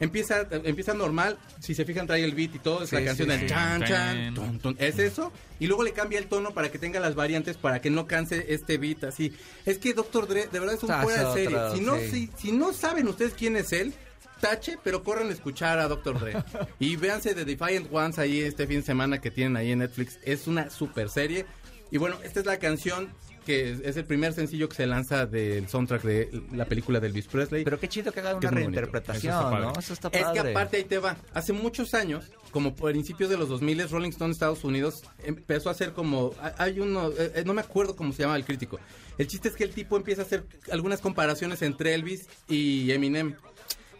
S4: Empieza, empieza normal, si se fijan trae el beat y todo, es
S3: Sí,
S4: la canción
S3: sí,
S4: del
S3: sí.
S4: chan
S2: Tan.
S4: chan, tun, tun. es eso, y luego le cambia el tono para que tenga las variantes, para que no canse este beat así. Es que Dr. Dre, de verdad es un
S3: Estás
S4: fuera de serie.
S3: otro,
S4: Si no,
S3: sí.
S4: si, si no saben ustedes quién es él, tache, pero corran a escuchar a Dr. Dre. y véanse The Defiant Ones ahí este fin de semana que tienen ahí en Netflix. Es una super serie. Y bueno, esta es la canción que es, es el primer sencillo que se lanza del soundtrack de la película de Elvis Presley.
S3: Pero qué chido que hagan
S4: Que
S3: una
S4: es muy bonito.
S3: reinterpretación,
S2: Eso está padre.
S3: ¿no? Eso está
S4: Es
S3: padre.
S4: que aparte ahí te va. Hace muchos años, como por principios de los 2000, Rolling Stone Estados Unidos empezó a hacer como ha- hay uno, eh, eh, no me acuerdo cómo se llama el crítico. El chiste es que el tipo empieza a hacer algunas comparaciones entre Elvis y Eminem.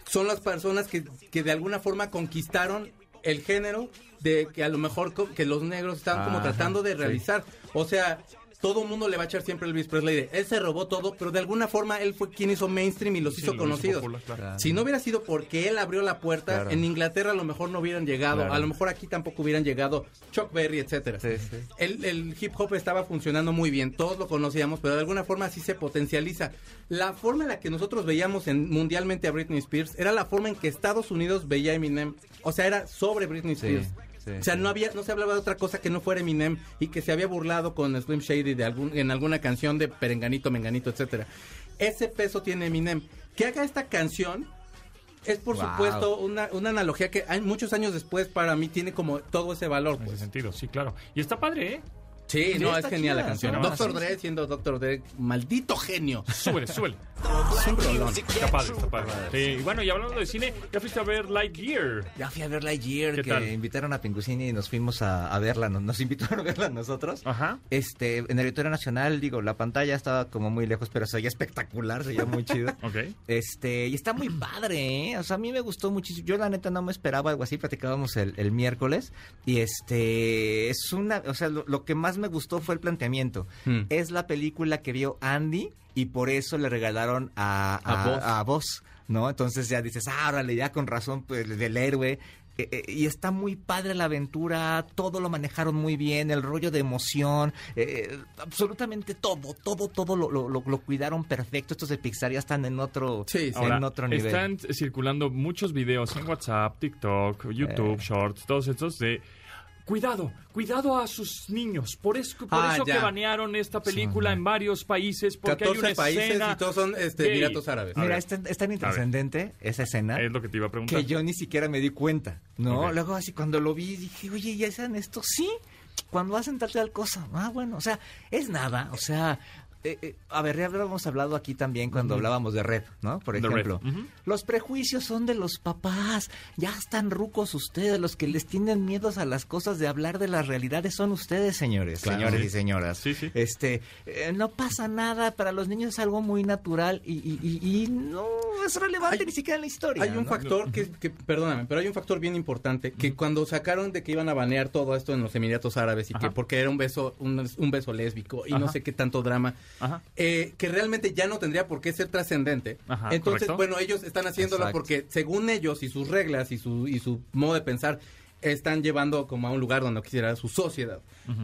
S4: Son las personas que, que de alguna forma conquistaron el género de que a lo mejor co- que los negros estaban como
S3: Ajá,
S4: tratando de
S3: sí.
S4: realizar. O sea, todo mundo le va a echar siempre a Elvis Presley de él se robó todo, pero de alguna forma él fue quien hizo mainstream y los
S2: Sí, lo
S4: hizo
S2: hizo
S4: conocidos.
S2: popular, claro.
S3: Claro.
S4: Si no hubiera sido porque él abrió la puerta,
S3: Claro.
S4: en Inglaterra a lo mejor no hubieran llegado,
S2: Claro.
S4: a lo mejor aquí tampoco hubieran llegado Chuck Berry, etcétera.
S3: Sí, sí.
S4: El, el hip hop estaba funcionando muy bien, todos lo conocíamos, pero de alguna forma sí se potencializa. La forma en la que nosotros veíamos en- mundialmente a Britney Spears era la forma en que Estados Unidos veía a Eminem, o sea, era sobre Britney
S3: Sí,
S4: Spears.
S3: sí.
S4: o sea, no había, no se hablaba de otra cosa que no fuera Eminem y que se había burlado con Slim Shady de algún, en alguna canción de Perenganito, Menganito, etcétera. Ese peso tiene Eminem. Que haga esta canción es por
S3: Wow.
S4: supuesto una, una analogía que hay muchos años después para mí tiene como todo ese valor.
S2: En ese
S4: Pues.
S2: sentido, sí, claro. Y está padre, ¿eh?
S4: Sí, no, es
S3: está
S4: genial la
S3: chida,
S4: canción.
S2: está
S4: Doctor Dre siendo Doctor Dre, maldito genio.
S2: Súbele, súbele.
S4: Es un rolón.
S2: Está padre, está padre. Sí, y bueno, y hablando de cine, ya fuiste a ver Lightyear.
S3: Ya fui a ver Lightyear,
S2: ¿Qué
S3: que
S2: tal?
S3: invitaron a Pingucini y nos fuimos a, a verla, nos, nos invitaron a verla a nosotros.
S2: Ajá.
S3: Este, en el Auditorio Nacional, digo, la pantalla estaba como muy lejos, pero se veía espectacular, se veía muy chido.
S2: Ok.
S3: Este, y está muy padre, ¿eh? O sea, a mí me gustó muchísimo. Yo la neta no me esperaba algo así, platicábamos el, el miércoles. Y este, es una, o sea, lo, lo que más me gustó fue el planteamiento.
S4: Hmm.
S3: Es la película que vio Andy y por eso le regalaron a,
S4: A Buzz.
S3: a Buzz, ¿no? Entonces ya dices, ah, órale, ya con razón pues, del héroe. Eh, eh, y está muy padre la aventura, todo lo manejaron muy bien, el rollo de emoción, eh, absolutamente todo, todo, todo lo, lo- lo- lo cuidaron perfecto. Estos de Pixar ya están en otro,
S4: Sí, sí.
S3: en
S2: Ahora,
S3: otro nivel.
S2: están circulando muchos videos en WhatsApp, TikTok, YouTube, Shorts, todos estos de... Cuidado, cuidado a sus niños. Por eso, por
S4: Ah,
S2: eso
S4: ya.
S2: que banearon esta película en varios países porque hay
S4: 14
S2: una
S4: países
S2: escena...
S4: y todos son este,
S2: gay.
S4: Emiratos Árabes.
S2: A
S3: Mira,
S2: ver.
S3: es tan, es tan intrascendente esa escena
S2: Es lo que te iba a preguntar.
S3: que yo ni siquiera me di cuenta, ¿no?
S2: Ok.
S3: Luego así cuando lo vi dije, oye, ¿ya hacen esto? Sí, cuando hacen tal tal cosa. Ah, bueno, o sea, es nada, o sea... eh, eh, a ver, ya habíamos hablado aquí también cuando hablábamos de Red, ¿no? Por
S2: De Red,
S3: ejemplo.
S2: ujú.
S3: Los prejuicios son de los papás. Ya están rucos ustedes. Los que les tienen miedos a las cosas de hablar de las realidades son ustedes, señores,
S4: Claro.
S3: señores
S2: Sí.
S3: y señoras.
S2: Sí, sí.
S3: Este, eh, no pasa nada. Para los niños es algo muy natural y, y- y- y no es relevante
S4: Hay-
S3: ni siquiera en la historia.
S4: Hay un
S3: ¿no?
S4: factor que, que- perdóname, pero hay un factor bien importante que cuando sacaron de que iban a banear todo esto en los Emiratos Árabes y
S2: Ajá.
S4: que porque era un beso un, un beso lésbico y no
S2: Ajá.
S4: sé qué tanto drama,
S2: Ajá.
S4: eh, que realmente ya no tendría por qué ser trascendente.
S2: Ajá,
S4: Entonces,
S2: correcto.
S4: bueno, ellos están haciéndolo
S3: Exacto.
S4: porque según ellos y sus reglas y su, y su modo de pensar están llevando como a un lugar donde no quisiera su sociedad.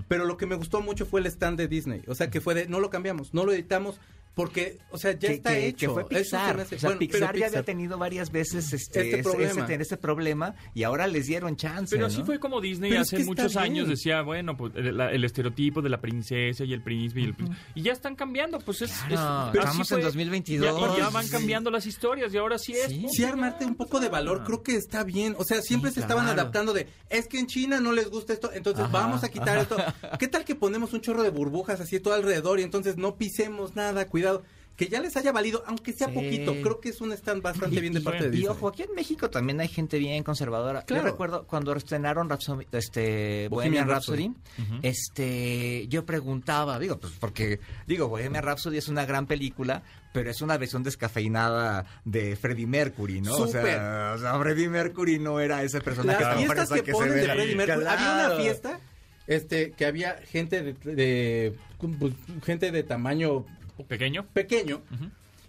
S4: Pero lo que me gustó mucho fue el stand de Disney, o sea, que fue de no lo cambiamos, no lo editamos porque, o sea, ya
S3: que,
S4: está
S3: que- que
S4: hecho.
S3: fue
S4: Eso se
S3: Pixar.
S4: me hace-
S3: O sea,
S4: bueno, pero
S3: Pixar ya había
S4: Pixar.
S3: tenido varias veces este,
S4: Este
S3: ese-
S4: problema.
S3: ese- este problema y ahora les dieron chance.
S2: Pero
S3: ¿no?
S2: así fue como Disney
S4: Pero es
S2: hace
S4: que está
S2: muchos
S4: bien.
S2: años decía, bueno, pues el, la- el estereotipo de la princesa y el príncipe y, el prín- y ya están cambiando, pues es,
S3: Claro,
S2: es- pero
S3: estamos
S2: así
S3: en
S2: fue.
S3: 2022.
S2: Ya, ya van
S3: Sí.
S2: cambiando las historias y ahora sí es.
S3: Sí.
S2: punto.
S4: Sí, armarte un poco de valor creo que está bien. O sea, siempre
S3: Sí,
S4: se estaban
S3: claro.
S4: adaptando de, es que en China no les gusta esto, entonces
S3: Ajá,
S4: vamos a quitar esto. ¿Qué tal que ponemos un chorro de burbujas así todo alrededor y entonces no pisemos nada, cuidado? que ya les haya valido, aunque sea
S3: Sí.
S4: poquito. Creo que es un stand bastante
S2: Y-
S4: bien de
S2: y-
S4: parte de
S3: Y
S4: Disney.
S3: ojo, aquí en México también hay gente bien conservadora.
S4: Claro.
S3: Yo recuerdo cuando estrenaron Rhapsody- este, Bohemian Rhapsody, este, yo preguntaba, digo, pues porque, digo, Bohemian Rhapsody es una gran película, pero es una versión descafeinada de Freddie Mercury, ¿no? O sea,
S4: Súper.
S3: o sea, Freddie Mercury no era ese personaje
S4: Las
S3: tan
S4: fiestas
S3: fresa
S4: que,
S3: se
S4: ponen
S3: ve
S4: de
S3: en la-
S4: Freddie Mercury. Había una
S3: Claro.
S4: fiesta este, que había gente de, de- pues, gente de tamaño
S2: ¿Pequeño?
S4: pequeño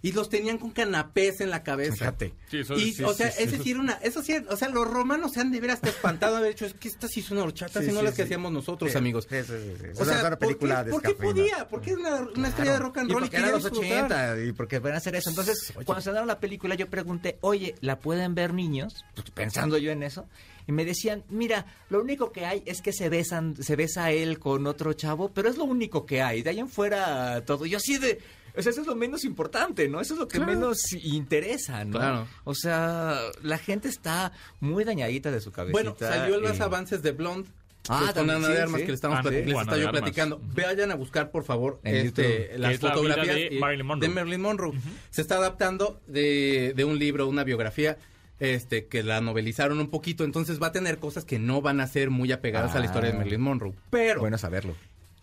S4: y los tenían con canapés en la cabeza.
S3: Fíjate.
S2: Sí, eso
S4: y,
S2: sí,
S4: o
S2: sí,
S4: sea,
S2: sí,
S4: ese
S2: sí.
S4: sí era una, eso sí, era- o sea, los romanos se han de ver hasta espantado de haber dicho, es que estas sí son horchatas
S3: Sí,
S4: y no
S3: sí,
S4: las que
S3: sí.
S4: hacíamos nosotros,
S3: Sí,
S4: amigos.
S3: sí, sí, sí, sí.
S4: O sea,
S3: es una película
S4: ¿por, qué, ¿por qué podía?
S3: descafeinada.
S4: ¿Por qué era una, una estrella de rock and
S3: Y
S4: roll?
S3: porque eran
S4: quería
S3: los
S4: disfrutar?
S3: 80 y porque pueden hacer eso. Entonces, cuando se dieron la película, yo pregunté, oye, ¿la pueden ver niños? Pues, pensando yo en eso. Y me decían, mira, lo único que hay es que se besan, se besa él con otro chavo, pero es lo único que hay. De ahí en fuera todo. Yo así de. O sea, eso es lo menos importante, ¿no? Eso es lo que menos interesa, ¿no?
S4: Claro.
S3: O sea, la gente está muy dañadita de su cabeza.
S4: Bueno, salió los avances de Blonde.
S3: Ah,
S4: que es con
S3: también,
S4: Ana
S3: sí,
S4: de Armas
S3: sí.
S4: que le estamos
S2: Ah,
S4: plat-
S2: sí.
S4: les
S2: Ana
S4: estaba
S2: de
S4: yo
S2: Armas.
S4: platicando. Vayan a buscar, por favor,
S3: En
S4: este,
S3: YouTube.
S4: las
S2: Que es la vida
S4: fotografías
S2: de
S4: y-
S2: Marilyn Monroe.
S4: de Marilyn Monroe. Se está adaptando de, de un libro, una biografía. Este, que la novelizaron un poquito, entonces va a tener cosas que no van a ser muy apegadas a la historia de
S3: Ah.
S4: Marilyn Monroe. Pero
S3: Bueno saberlo.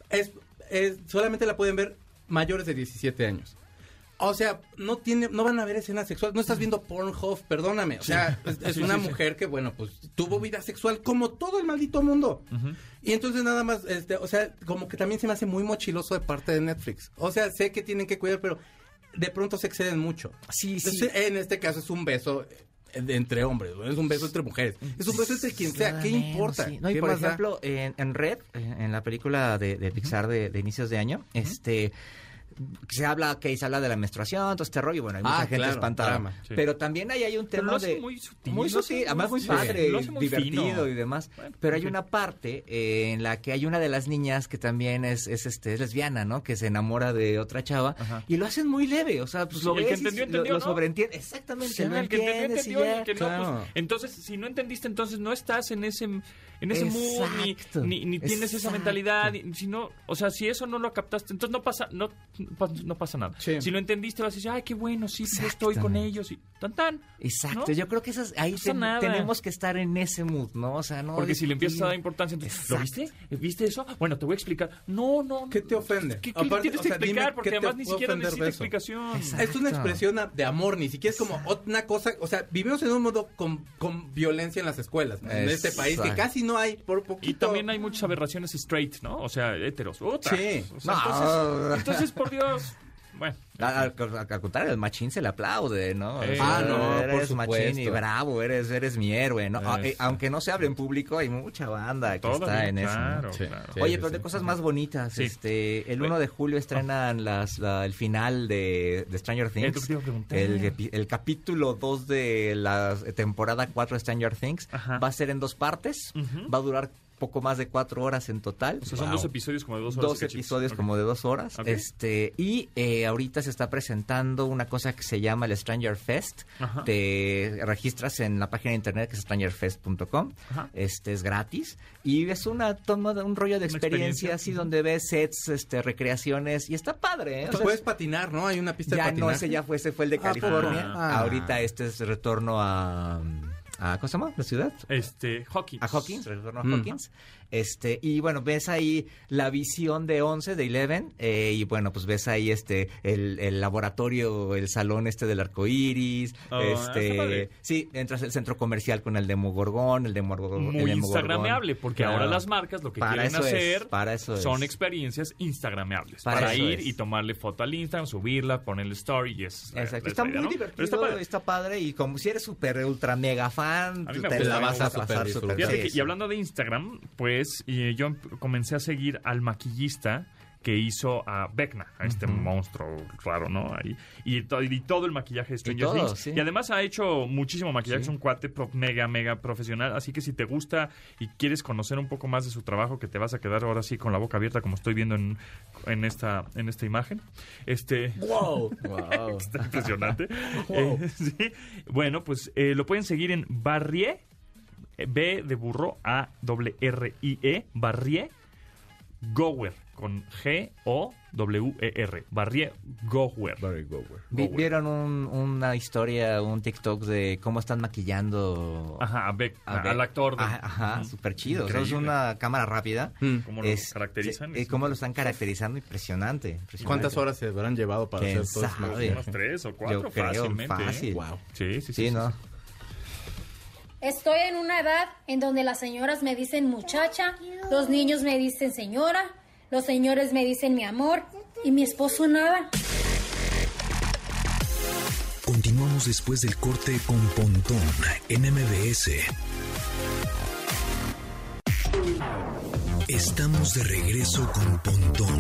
S4: es, es- solamente la pueden ver mayores de 17 años. O sea, no tiene, no van a ver escenas sexuales. No estás viendo Pornhub, perdóname. O sea, es, es una mujer que, bueno, pues tuvo vida sexual como todo el maldito mundo. Y entonces nada más, este, o sea, como que también se me hace muy mochiloso de parte de Netflix. O sea, sé que tienen que cuidar, pero de pronto se exceden mucho.
S3: Sí, sí.
S4: Entonces, en este caso es un beso eh, de entre hombres, ¿no? es un beso entre mujeres, es un beso entre quien sea, ¿qué
S3: Claramente,
S4: importa?
S3: sí. No, y
S4: ¿Qué
S3: por
S4: más da?
S3: ejemplo, en, en Red, eh, en en la película de, de Pixar de, de inicios de año, este se habla que se habla de la menstruación, todo este rollo, y bueno, hay mucha
S4: Ah,
S3: gente
S4: claro,
S3: espantada.
S4: drama,
S2: sí.
S3: Pero también ahí hay un
S2: Pero
S3: tema
S2: lo hace
S3: de
S2: muy sutil,
S3: muy
S2: lo hace
S3: sutil,
S2: muy
S3: además muy
S2: sutil.
S3: padre,
S2: Lo hace muy
S3: divertido
S2: fino.
S3: y demás.
S2: Bueno,
S3: pero hay
S2: sí.
S3: una parte eh, en la que hay una de las niñas que también es, es, este es lesbiana, ¿no? Que se enamora de otra chava
S2: Ajá.
S3: y lo hacen muy leve, o sea, pues
S2: Sí,
S3: lo
S2: y el
S3: ves
S2: que
S3: y
S2: entendió,
S3: lo-
S2: entendió,
S3: lo,
S2: ¿no?
S3: sobreentiende, exactamente,
S2: Sí,
S3: lo
S2: el que entendió,
S3: entiendes y
S2: entendió, y el
S3: ya.
S2: que no, pues,
S3: Claro.
S2: entonces, si no entendiste, entonces no estás en ese, en ese mood, ni,
S3: Exacto,
S2: ni, ni tienes esa
S3: exacto.
S2: mentalidad, y- si no, o sea, si eso no lo captaste, entonces no pasa, no, pa- no pasa nada.
S4: Sí.
S2: Si lo entendiste, vas a decir, ay, qué bueno, sí, yo estoy con
S3: Exactamente.
S2: ellos, y tan tan.
S3: Exacto,
S2: ¿No?
S3: yo creo que esas, ahí
S2: pasa
S3: ten-
S2: nada.
S3: tenemos que estar en ese mood, ¿no? O sea, no.
S2: Porque si le empiezas a dar
S3: importancia.
S2: importancia, entonces, ¿lo viste?
S3: Exacto.
S2: ¿Viste eso? Bueno, te voy a explicar. No, no.
S4: ¿Qué te ofende?
S2: ¿Qué, qué
S4: Aparte,
S2: tienes
S4: o
S2: que
S4: sea, dime,
S2: explicar? Porque
S4: ¿qué te
S2: además ni
S4: puedo
S2: siquiera
S4: ofender de
S2: necesita
S4: eso?
S2: explicación.
S3: Exacto.
S4: Es una expresión a- de amor, ni siquiera es como una cosa, o sea, vivimos en un mundo con, con violencia en las escuelas, ¿no? en este país, que
S3: Exacto.
S4: casi no hay, por poquito.
S2: Y también hay muchas aberraciones straight, ¿no? O sea, heteros. Puta.
S4: Sí.
S2: O sea,
S3: No.
S2: Entonces, entonces, por Dios. Bueno.
S3: Al, al- al contrario, el machín se le aplaude, ¿no?
S2: Eh.
S4: Ah, no, por
S3: eres machín y
S4: supuesto.
S3: bravo, eres, eres mi héroe, ¿no? Ah, eh,
S2: Exacto.
S3: aunque no se hable en público, hay mucha banda que
S2: todavía,
S3: está en eso. ¿no?
S2: claro,
S4: Sí.
S2: claro.
S3: Oye,
S4: sí,
S3: pero de
S4: sí.
S3: cosas más bonitas,
S2: Sí.
S3: este, el
S2: Oye.
S3: 1 de julio estrenan las, la- el final de, de Stranger
S2: Es Eh, lo que
S3: Things,
S2: te iba a preguntar.
S3: el, epi- el capítulo 2 de la temporada 4 de Stranger Things,
S2: Ajá.
S3: va a ser en dos partes,
S2: Ujú.
S3: va a durar poco más de cuatro horas en total.
S2: O sea, son
S3: Wow
S2: dos episodios como de dos horas.
S3: dos
S2: y cachitos.
S3: episodios
S2: Ok.
S3: como de dos horas.
S2: Ok.
S3: Este, y eh, ahorita se está presentando una cosa que se llama el Stranger Fest.
S2: Ajá.
S3: Te registras en la página de internet que es strangerfest.com.
S2: Ajá.
S3: Este es gratis. Y es una toma de un rollo
S2: Una
S3: de experiencia,
S2: experiencia.
S3: así donde ves sets, este, recreaciones, y está padre, ¿eh? O sea,
S2: pues,
S4: puedes patinar, ¿no? Hay una pista de
S3: ya no,
S4: patinaje.
S3: ese ya fue, ese fue el de
S4: ¿A poco?
S3: California.
S4: Ah.
S3: Ahorita este es retorno a, a ¿cómo se llama? La ciudad.
S2: Este, Hawkins.
S3: A Hawkins, retorno a
S4: Mm.
S3: Hawkins. Este, y bueno, ves ahí la visión de 11, de 11, eh, y bueno, pues ves ahí este, el, el laboratorio, el salón este del arco iris.
S2: Ah, está padre.
S3: este, sí, entras al centro comercial con el demogorgón, el demogorgón.
S2: Muy instagrameable, porque
S3: Claro.
S2: ahora las marcas lo que
S3: Para
S2: quieren
S3: eso es,
S2: hacer
S3: para eso es.
S2: son experiencias instagrameables. Para,
S3: Para eso
S2: ir
S3: es.
S2: y tomarle foto al Instagram, subirla, ponerle story y es.
S3: Exacto.
S2: es
S3: Está
S2: la idea,
S3: muy
S2: ¿no? Pero
S3: divertido,
S2: está
S3: está
S2: padre.
S3: padre. y como si eres super ultra mega fan,
S2: A mí
S3: tú
S2: me
S3: te
S2: gusta,
S3: la
S2: me
S3: vas a
S4: gusta
S3: pasar
S4: super
S3: súper
S4: disfrutar.
S2: Fíjate
S3: bien.
S2: que, y hablando de Instagram, pues eh, yo em- comencé a seguir al maquillista que hizo a Vecna, a este monstruo raro, ¿no? Ahí. Y, to- y todo el maquillaje de Stranger
S3: todo,
S2: Things.
S3: sí.
S2: Y además ha hecho muchísimo maquillaje, es un cuate pro- mega, mega profesional. Así que si te gusta y quieres conocer un poco más de su trabajo, que te vas a quedar ahora sí con la boca abierta, como estoy viendo en, en esta, en esta imagen. Este.
S4: ¡Wow!
S2: Está impresionante. Eh, sí. Bueno, pues eh, lo pueden seguir en Barrie, eh, B de burro, A R I E, Barrie Gower, con G-O-W-E-R. Barrier E Gower.
S4: Barry Gower.
S3: Vi-
S2: Gower.
S3: ¿Vieron un- una historia, un TikTok de cómo están maquillando
S2: Ajá, a Beck,
S3: a
S2: a-
S3: ver.
S2: al actor. de-
S3: Ajá, ajá,
S2: Ujú.
S3: súper chido. O sea, Es
S2: Increíble.
S3: una cámara rápida.
S4: Mm.
S2: ¿Cómo lo
S3: Es-
S2: caracterizan?
S3: se- eh, ¿Cómo lo están caracterizando? Impresionante. impresionante.
S4: ¿Cuántas horas se habrán llevado para
S3: ¿Quién
S4: hacer todo
S3: sabe?
S4: esto?
S2: Pues, Unos tres o cuatro
S3: Yo creo,
S2: fácilmente. ¿eh?
S3: fácil.
S4: Wow.
S2: Sí, sí, sí.
S3: Sí,
S2: sí,
S3: ¿no?
S2: sí.
S6: Estoy en una edad en donde las señoras me dicen muchacha, los niños me dicen señora, los señores me dicen mi amor y mi esposo nada.
S1: Continuamos después del corte con Pontón en MBS. Estamos de regreso con Pontón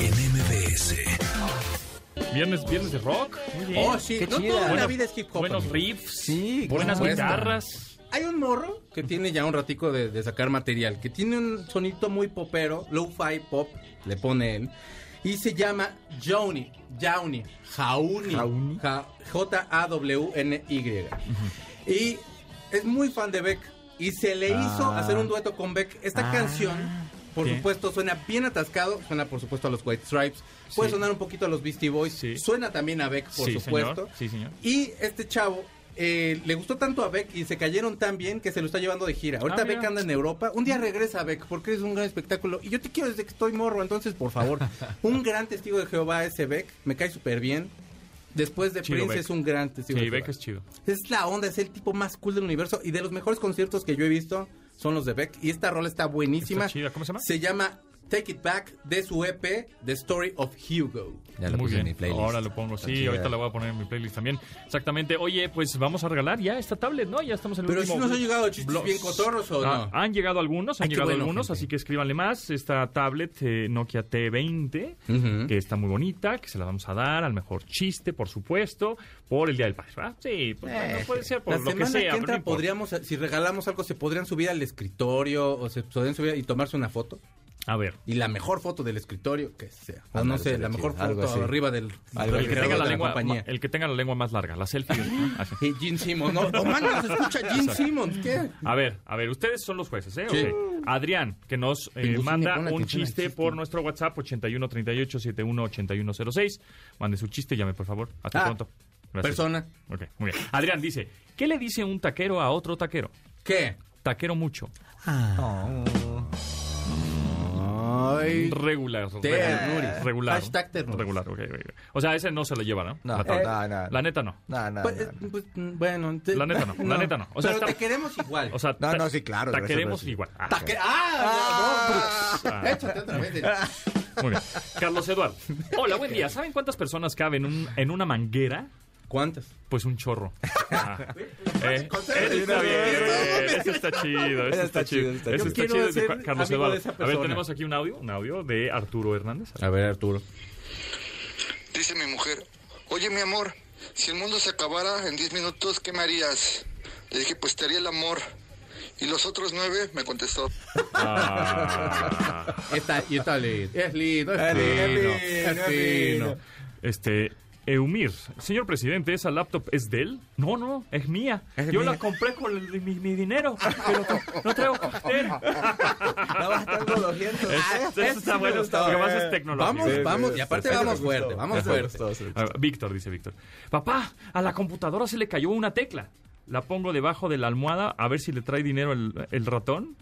S1: en MBS.
S2: Viernes, viernes de rock. Muy bien.
S4: Oh, sí.
S3: Qué
S4: no
S3: chida.
S4: toda la
S3: Buena-
S4: vida es hip hop.
S2: Buenos
S4: amigo.
S2: riffs.
S3: Sí,
S2: buenas
S4: por supuesto.
S2: guitarras.
S4: Hay un morro que tiene ya un ratico de, de sacar material, que tiene un sonito muy popero, low-fi pop, le pone él, y se llama Johnny, Johnny, Jauni,
S3: Jauni.
S4: Ja- J-A-W-N-Y. Y es muy fan de Beck, y se le
S3: Ah.
S4: hizo hacer un dueto con Beck. Esta
S3: Ah.
S4: canción, por
S2: ¿Qué?
S4: supuesto, suena bien atascado, suena por supuesto a los White Stripes, puede sonar un poquito a los Beastie Boys,
S2: Sí.
S4: suena también a Beck, por
S2: sí,
S4: supuesto.
S2: Señor. Sí, señor.
S4: Y este chavo eh, le gustó tanto a Beck y se cayeron tan bien que se lo está llevando de gira. Ahorita
S2: Ah, mira.
S4: Beck anda en Europa. Un día regresa Beck porque es un gran espectáculo. Y yo te quiero desde que estoy morro, entonces por favor. un gran testigo de Jehová ese Beck. Me cae súper bien. Después de
S2: Chido
S4: Prince
S2: Beck.
S4: es un gran testigo
S2: Sí,
S4: de Jehová.
S2: Beck es chido.
S4: Es la onda, es el tipo más cool del universo. Y de los mejores conciertos que yo he visto son los de Beck. Y esta rola está buenísima.
S2: Está chida. ¿Cómo se llama?
S4: Se llama Take It Back de su EP The Story of Hugo.
S3: Ya lo
S2: Muy
S3: puse
S2: bien.
S3: en mi playlist.
S2: Ahora lo pongo, sí,
S3: Chida.
S2: ahorita la voy a poner en mi playlist también. Exactamente. Oye, pues vamos a regalar ya esta tablet, ¿no? Ya estamos en el
S4: Pero
S2: último
S4: si nos han llegado chistes
S2: blogs.
S4: bien cotorros o
S2: Ah,
S4: no.
S2: Han llegado algunos, han
S4: Ay, qué
S2: llegado
S4: bueno,
S2: algunos,
S4: gente.
S2: así que escríbanle más. Esta tablet eh, Nokia T20,
S4: Ujú.
S2: que está muy bonita, que se la vamos a dar al mejejor chiste, por supuesto, por el Día del Padre, ¿verdad? Sí, pues, bueno, puede ser por
S4: Eh, la
S2: lo
S4: semana
S2: que sea. pero no
S4: entra
S2: importa.
S4: podríamos, si regalamos algo, se podrían subir al escritorio o se podrían subir y tomarse una foto.
S2: A ver.
S4: Y la mejor foto del escritorio, que sea. O
S3: Ándale,
S4: no sé, la
S3: sería
S4: mejor
S3: chido, algo
S4: foto
S3: así.
S4: arriba del
S3: Algo
S2: El
S4: del
S2: que,
S4: creador
S2: tenga
S4: de
S2: la lengua,
S4: compañía.
S2: el que tenga la lengua más larga, la selfie. ¿no? Así.
S4: Y Gene Simmons, no, no man, nos escucha Gene Simmons, ¿qué?
S2: A ver, a ver, ustedes son los jueces, ¿eh?
S4: Sí.
S2: Ok. Adrián, que nos eh,
S4: Pingucine,
S2: manda
S4: ponle
S2: un
S4: atención al
S2: chiste,
S4: chiste.
S2: por nuestro WhatsApp 8138718106. Mande su chiste, llame, por favor. Hasta
S4: Ah,
S2: pronto.
S4: Persona,
S2: Ok, muy bien. Adrián dice, ¿qué le dice un taquero a otro taquero?
S4: ¿qué?
S2: Taquero mucho.
S4: Ay.
S2: Regular.
S4: Ternuris.
S2: Regular.
S4: Hashtag ternuris.
S2: Regular, ok, ok. O sea, ese no se lo lleva, ¿no?
S3: No,
S2: La
S3: no,
S2: tabla.
S3: no, no.
S2: La neta Ah, no.
S3: No, no,
S4: Pues,
S3: no,
S4: eh,
S3: no.
S4: pues, mm, bueno, te-
S2: La neta no, la neta no. O sea, está-
S4: Pero te queremos igual.
S2: O sea,
S3: No,
S2: ta-
S3: no, sí, claro, debe ser
S2: Taqueremos
S3: así.
S2: igual. Ah,
S4: Ta- que- ¡Ah! no,
S2: Ah.
S4: Échate otra vez.
S2: Muy bien. Carlos Eduardo. Hola, buen día. ¿Saben cuántas personas caben un- en una manguera?
S4: ¿Cuántas?
S2: Pues un chorro. Ah. Eh,
S4: Consejo.
S2: ese está bien, güey. Ese está chido. Ese está chido. Ese
S3: está chido.
S2: está
S4: Yo
S2: chido.
S4: quiero
S2: de
S4: ser
S2: Ca- Carlos
S4: amigo de
S2: Eduardo.
S4: esa
S2: A ver,
S4: persona.
S2: tenemos aquí un audio. Un audio de Arturo Hernández.
S4: A ver, Arturo.
S7: Dice mi mujer, oye mi amor, si el mundo se acabara en 10 minutos, ¿qué me harías? Le dije, pues te haría el amor. Y los otros nueve me contestó.
S2: Ah.
S4: Está, y está lindo. Es lindo, es
S2: lindo,
S4: fino,
S2: es
S4: es
S2: fino.
S4: fino.
S2: Este, Eumir, señor presidente, ¿esa laptop es de él? No, no, es mía.
S3: Es
S2: Yo
S3: mía.
S2: la compré con el- mi, mi dinero, pero no- no traigo cartel.
S3: No, va a estar golosiento.
S2: Eso
S4: ese sí
S2: está
S4: me
S2: bueno,
S4: gustó.
S2: porque más es tecnología.
S4: Vamos, vamos, y aparte vamos fuerte, vamos
S3: Ese me
S4: fuerte.
S3: gustó, ese me
S2: A ver, Ah, Víctor, dice Víctor. Papá, a la computadora se le cayó una tecla. La pongo debajo de la almohada a ver si le trae dinero el, el ratón.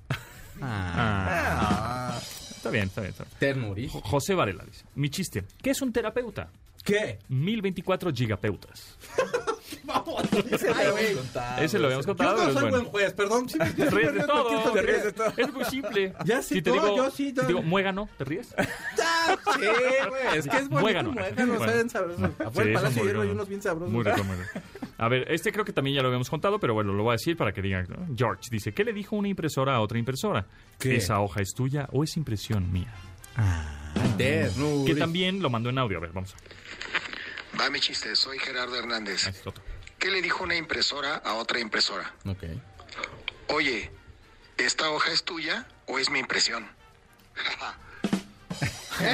S2: Ah. Está bien, está bien, está bien.
S4: Ternuris.
S2: José Varela dice, mi chiste, ¿qué es un terapeuta?
S4: ¿Qué?
S2: 1024 gigapeutas.
S4: Ay, güey.
S2: Ese lo habíamos
S4: Yo
S2: contado.
S4: no
S2: pero
S4: soy
S2: es
S4: buen
S2: bueno.
S4: juez, perdón. Sí, me-
S2: Te ríes de
S4: me-
S2: todo,
S4: me-
S2: te ríes de todo. Es muy simple.
S4: Ya sí,
S2: si te
S4: no,
S2: digo,
S4: yo sí,
S2: si te
S4: no.
S2: digo, muégano, ¿te ríes?
S4: Ah, Sí, güey. Es que es
S2: Muégano.
S4: bonito. Muégano,
S2: Bueno.
S4: saben sabrosos.
S2: Sí,
S4: Afuera el
S2: es
S4: Palacio
S2: muy
S4: de Hierro hay
S2: rico.
S4: unos bien sabrosos.
S2: Muy rico, muy rico. A ver, este creo que también ya lo habíamos contado, pero bueno, lo voy a decir para que digan. ¿no? George dice, ¿qué le dijo una impresora a otra impresora?
S4: ¿Qué?
S2: ¿Esa hoja es tuya o es impresión mía? Que
S4: Ternuris.
S2: también lo mandó en audio. A ver, vamos a ver.
S7: Va mi chiste, soy Gerardo Hernández.
S2: Ahí está otro.
S7: ¿Qué le dijo una impresora a otra impresora?
S4: Ok.
S7: Oye, ¿esta hoja es tuya o es mi impresión?
S2: El,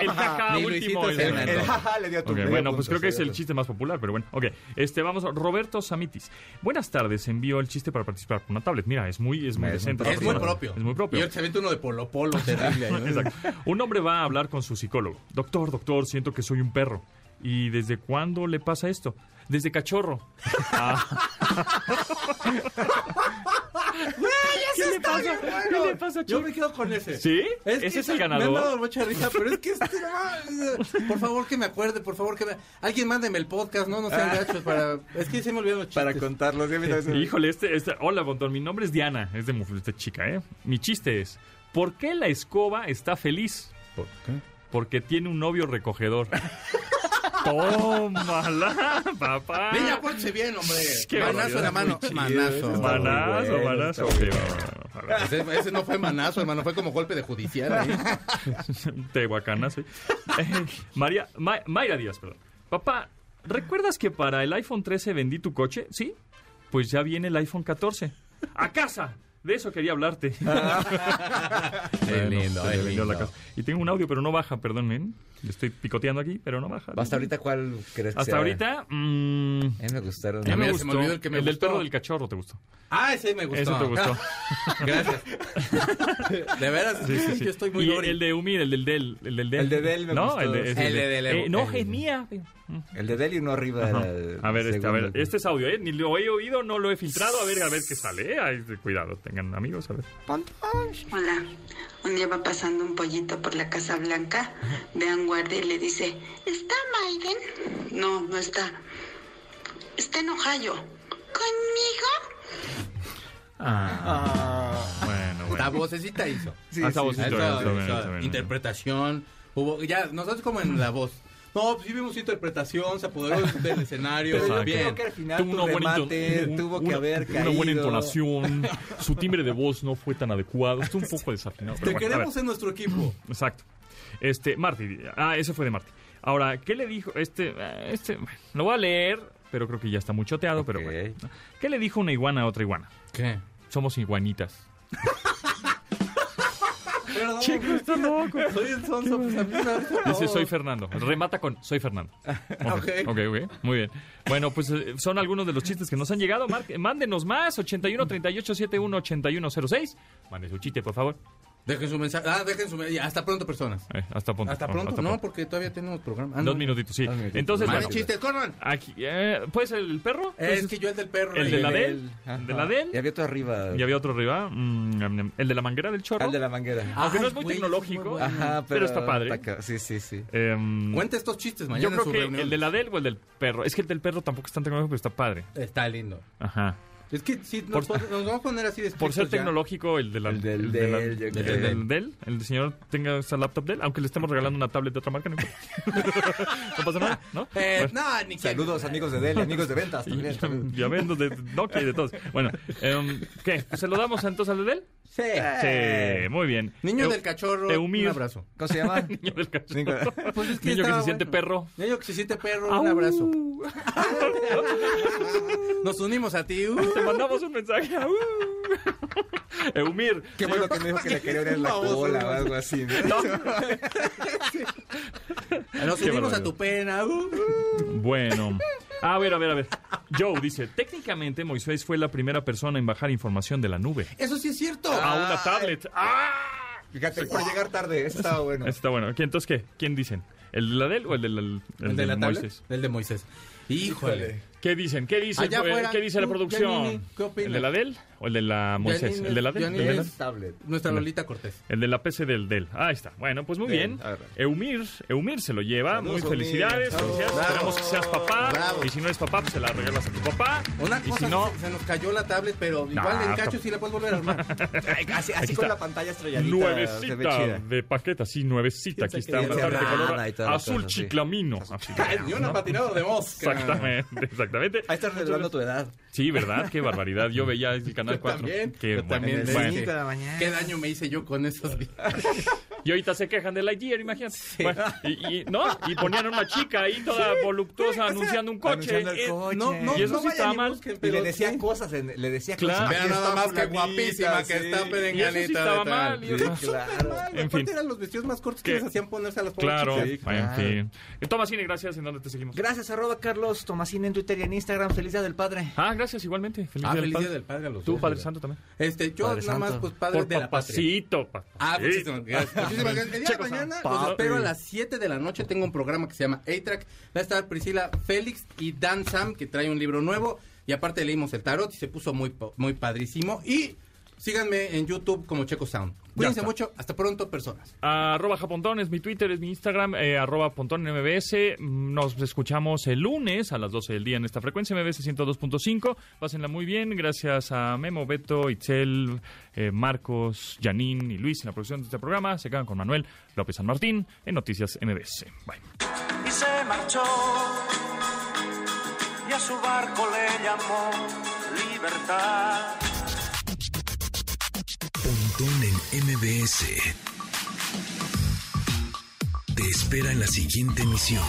S2: el jaja
S4: Ni
S2: último.
S4: Luisito
S2: el-
S4: se
S2: el-
S4: inventó.
S3: El jaja le dio a tu
S2: Ok,
S3: medio
S2: bueno,
S3: punto,
S2: pues creo que
S3: sí,
S2: es el
S3: ¿verdad?
S2: chiste más popular, pero bueno. Ok, este, vamos. Roberto Samitis. Buenas tardes, envió el chiste para participar por una tablet. Mira, es muy, es muy
S3: Es
S2: decente.
S3: muy
S2: la
S4: Es muy
S2: persona.
S4: propio.
S2: Es muy propio.
S4: Y ahorita se avienta uno de Polo Polo terrible. ¿no?
S2: Exacto. Un hombre va a hablar con su psicólogo. Doctor, doctor, siento que soy un perro. ¿Y desde cuándo le pasa esto? Desde cachorro. Ah. ¿Qué le pasa? ¿Qué le pasa,
S4: Yo
S2: Chuck?
S4: me quedo con ese.
S2: ¿Sí?
S4: que
S2: ¿Ese es
S4: sí,
S2: el
S4: Me han
S2: ganador?
S4: dado mucha risa, pero es que este, no, por favor que me acuerde, por favor que me... Alguien mándeme el podcast, no, no sean gachos para... Es que se me olvidan los chistes.
S3: Para contarlo. sí, a mí también se me-
S2: Híjole, este, este- hola, Bontón. Mi nombre es Diana. Es de Mufle, esta chica, ¿eh? Mi chiste es: ¿por qué la escoba está feliz?
S8: ¿Por qué?
S2: Porque tiene un novio recogedor. Tómala, papá.
S4: Niña, pórtese bien, hombre.
S2: Qué
S4: manazo en la mano. Manazo.
S2: Manazo, manazo. Ok, va, va, va, va.
S4: Ese, ese no fue manazo, hermano, fue como golpe de judicial. ahí.
S2: Tehuacanazo. ¿eh? Eh, María, Ma- Mayra Díaz, perdón. Papá, ¿recuerdas que para el iPhone 13 vendí tu coche? Sí. Pues ya viene el iPhone 14. ¡A casa! De eso quería hablarte.
S8: Qué lindo,
S2: se
S8: qué
S2: le
S8: lindo.
S2: vendió la casa. Y tengo un audio, pero no baja, perdón, ¿eh? Le estoy picoteando aquí, pero no baja.
S3: ¿Hasta ahorita cuál crees que
S2: Hasta
S3: sea?
S2: ahorita, mm,
S3: A mí me gustaron.
S2: ya
S4: mí
S2: me
S4: se
S2: gustó.
S4: me olvidó el que me
S2: del
S4: gustó.
S2: perro del cachorro te gustó.
S4: Ah, ese me gustó.
S2: Eso te gustó.
S4: Gracias. De veras,
S2: Sí, sí, sí.
S4: yo estoy muy
S2: y
S4: gori.
S2: el de Humir, el del Del, el del Del.
S3: El de Del me
S2: no,
S3: gustó. Eh,
S2: El de, es
S4: El de Del,
S2: Eh, no,
S4: el-
S2: es mía.
S3: El de Delhi uno arriba.
S2: Ajá.
S3: del
S2: A ver, este, a ver,
S3: segundo.
S2: este es audio, ¿eh? Ni lo he oído, no lo he filtrado. A ver, a ver qué sale, ¿eh? Ay, cuidado, tengan amigos, a ver.
S9: Hola, un día va pasando un pollito por la Casa Blanca, ve a un guardia y le dice, ¿está Biden? No, no está. Está en Ohio. ¿Conmigo?
S2: Ah. Bueno, bueno.
S4: La vocecita hizo.
S2: Ah, está vocecito,
S4: Ahí
S2: está
S4: está,
S2: bien,
S4: ahí está.
S2: está bien.
S4: Interpretación. Hubo, ya, nosotros como en la voz. No, pues sí vimos interpretación, se apoderó del- del escenario.
S3: Pero yo
S4: bien.
S3: creo que al final
S2: Tuvo
S3: tu
S2: una buena,
S3: remate
S2: inton-
S3: tuvo que
S2: una-
S3: haber
S2: una
S3: caído.
S2: buena entonación, su timbre de voz no fue tan adecuado, estuvo un poco desafinado.
S4: Te
S2: pero bueno, a ver.
S4: queremos en nuestro equipo.
S2: Exacto. Este, Marty. Ah, ese fue de Marty. Ahora, ¿qué le dijo? Este, ah, este, bueno, lo voy a leer, pero creo que ya está muy choteado, pero bueno. ¿Qué le dijo una iguana a otra iguana?
S4: ¿Qué?
S2: Somos iguanitas.
S4: Perdón,
S2: está loco.
S4: soy el sonso, pues a mí me da risa
S2: Dice,
S4: todo.
S2: soy Fernando. Remata con, soy Fernando. Ok,
S4: Ok.
S2: ok, ok. Muy bien. Bueno, pues eh, son algunos de los chistes que nos han llegado. Mar- mándenos más, 81 38 71 81 06. Mande su chiste, por favor.
S4: Dejen su mensaje. Ah, dejen su mensaje. Hasta pronto, personas.
S2: Eh, hasta pronto.
S4: Hasta pronto, no, porque todavía tenemos programa. Ah, no.
S2: Dos minutitos, sí. Entonces,
S4: Manden
S2: bueno,
S4: chistes, corran.
S2: aquí, eh, ¿puede ser el perro?
S4: Es que yo el del perro.
S2: Pues El de la
S4: de
S2: Del. De la
S3: Y
S2: Del.
S3: había otro arriba.
S2: Y había otro arriba. mm, El de la manguera del
S4: Ah,
S2: chorro.
S3: Al de la manguera.
S2: Aunque no
S4: Ay,
S2: es muy
S4: güey,
S2: tecnológico,
S4: es muy bueno.
S2: pero,
S3: Ajá, pero,
S2: está padre.
S3: ca- Sí, sí, sí.
S2: Em,
S4: Cuenta estos chistes mañana
S2: yo
S4: en
S2: creo
S4: su
S2: que
S4: reunión.
S2: el de la Del o el del perro. Es que el del perro tampoco es tan tecnológico, pero está padre.
S4: Está lindo.
S2: Ajá.
S4: Es que si nos,
S2: Por-
S4: pon- nos vamos a poner así de
S2: Por ser
S4: estrictos pues ya.
S2: tecnológico, el de la
S3: El del
S2: el de la-
S3: Dell, yo
S2: el
S3: creo.
S2: del Dell, el señor tenga esa laptop Dell, aunque le estemos regalando una tablet de otra marca, no importa. No pasa nada, ¿no?
S4: Eh, no, ni que-
S3: Saludos, amigos de Delhi, amigos de ventas
S2: Y-
S3: también.
S2: y- Ya ven, de Nokia y de todos. Bueno, em, ¿qué? ¿Se lo damos entonces al de Dell?
S4: Sí.
S2: Sí, muy bien.
S4: Eh. Niño
S2: Eu-
S4: del cachorro.
S2: Eumir.
S4: Un abrazo.
S3: ¿Cómo se llama?
S2: Niño del cachorro.
S3: Nico-
S4: Pues es que
S2: Niño que
S4: estaba
S2: se siente
S4: bueno.
S2: perro.
S4: Niño que se siente perro.
S2: Au.
S4: Un abrazo. Nos unimos a ti. Uh.
S2: Te mandamos un mensaje. Au. Eumir.
S3: Qué bueno que me dijo que le quería oler la
S4: Vamos,
S3: cola o
S4: vamos.
S3: algo así. ¿no? Ah,
S4: Nos
S2: Qué
S4: unimos
S2: barbaridad.
S4: a tu pena. uh.
S2: Bueno. A ver, a ver, a ver. Joe dice, técnicamente Moisés fue la primera persona en bajar información de la nube.
S4: Eso sí es cierto.
S2: A
S3: Ah,
S2: una tablet. ¡Ah!
S3: Fíjate, por llegar tarde, eso estaba bueno.
S2: Está bueno. ¿Quién- Entonces, ¿qué? ¿Quién dicen? ¿El de la del o el de la, el
S4: el
S2: de
S4: de la tablet.
S2: Moisés?
S4: El de Moisés. Híjole.
S2: ¿Qué dicen? ¿Qué dice,
S4: Allá
S2: eh,
S4: afuera,
S2: ¿qué dice la
S4: tú, Janine,
S2: producción?
S4: ¿qué opinas?
S2: ¿El de la del o el de la Moisés?
S4: Janine,
S2: ¿El de la del?
S4: Janine
S2: ¿El de la
S4: es-
S2: del?
S3: Tablet.
S4: Nuestra Lolita Cortés.
S2: El de la PC del del. Ahí está. Bueno, pues muy
S3: Del,
S2: bien.
S3: a ver.
S2: Eumir, Eumir se lo lleva.
S3: Saludos,
S2: muy
S3: Eumir.
S2: felicidades.
S3: Bravo.
S2: felicidades.
S3: Bravo.
S2: Esperamos que seas papá.
S4: Bravo.
S2: Y si no eres papá, pues se la regalas a tu papá.
S4: Una
S2: y
S4: cosa,
S2: si no,
S4: se- se nos cayó la tablet, pero
S2: Nah,
S4: igual el cacho
S2: está-
S4: sí la puedes volver a armar.
S3: Ay, Así, así
S2: Aquí
S3: con
S2: está.
S3: la pantalla estrelladita. Se ve
S2: Nuevecita
S3: chida.
S2: de paqueta, sí, nuevecita. Aquí está
S4: Piensa
S2: una
S4: que
S2: tarta de
S3: cerrada
S2: color
S3: y todas las
S2: azul
S3: cosas, sí.
S2: chiclamino. Así que,
S4: Y
S2: ¿no?
S4: una patinada de mosca.
S2: Exactamente, exactamente.
S3: Ahí estás revelando tu edad.
S2: Sí, ¿verdad? Qué barbaridad. Yo veía el canal
S4: Yo
S2: 4.
S4: también.
S2: Qué
S4: yo
S2: bueno.
S4: también.
S3: En el
S2: Bueno,
S4: Bueno.
S3: cinco de la mañana.
S4: ¿Qué daño me hice yo con esos días?
S2: Y ahorita se quejan de Lightyear, imagínate. Bueno, y, y- ¿No? Y ponían a una chica ahí toda voluptuosa anunciando un coche.
S3: Anunciando el
S2: Eh,
S3: coche.
S4: No, no,
S2: Y eso
S4: no
S2: sí estaba
S4: vayan y
S2: mal.
S4: busquen,
S3: Y
S4: pero
S3: le decían
S4: sí.
S3: cosas, en- le decía
S2: Claro.
S3: cosas.
S4: Vean
S3: Aquí
S4: nada
S3: está
S4: más que
S3: fulanita,
S4: guapita, que
S3: sí.
S2: Y
S4: está
S2: eso sí
S4: perenganita.
S2: estaba
S4: de tal.
S2: mal, y-
S4: Sí,
S2: Ah,
S4: súper mal,
S2: en
S4: aparte
S2: fin.
S4: eran los vestidos más cortos
S2: Que-
S4: que les hacían ponerse a las pobres
S2: Claro,
S4: chicas.
S2: en
S3: claro.
S2: fin. Eh, Toma cine, gracias. ¿En dónde te seguimos?
S3: Gracias, arroba Carlos Tomasini en Twitter y en Instagram. Feliz Día del Padre.
S2: Ah, gracias, igualmente. Feliz
S4: Ah,
S2: Día del
S4: feliz
S2: Padre.
S4: Día del Padre a los
S2: Tú,
S4: dos, ¿eh?
S2: Padre
S4: ¿verdad?
S2: Santo, también.
S4: Este, yo
S3: Padre
S4: nada más,
S3: Santo.
S4: pues padre
S2: Por
S4: de la patria.
S2: papacito, papacito.
S4: Ah, muchísimas gracias. Muchísimas gracias. El día de
S2: Checo
S4: mañana
S2: San
S4: los
S2: Papi.
S4: espero a las 7 de la noche. Tengo un programa que se llama A-Track. Va a estar Priscila Félix y Dan Sam, que trae un libro nuevo. Y aparte leímos el tarot y se puso muy, po- muy padrísimo. Y síganme en YouTube como Checo Sound. Cuídense
S2: está.
S4: mucho. Hasta pronto, personas.
S2: Arroba Japontón es mi Twitter, es mi Instagram, eh, arroba Pontón en MBS. Nos escuchamos el lunes a las 12 del día en esta frecuencia, MBS 102.5. Pásenla muy bien, gracias a Memo, Beto, Itzel, eh, Marcos, Janine y Luis en la producción de este programa. Se quedan con Manuel López San Martín en Noticias MBS. Bye.
S10: y se marchó. Y a su barco le llamó libertad.
S1: Pontón en MBS. Te espera en la siguiente emisión.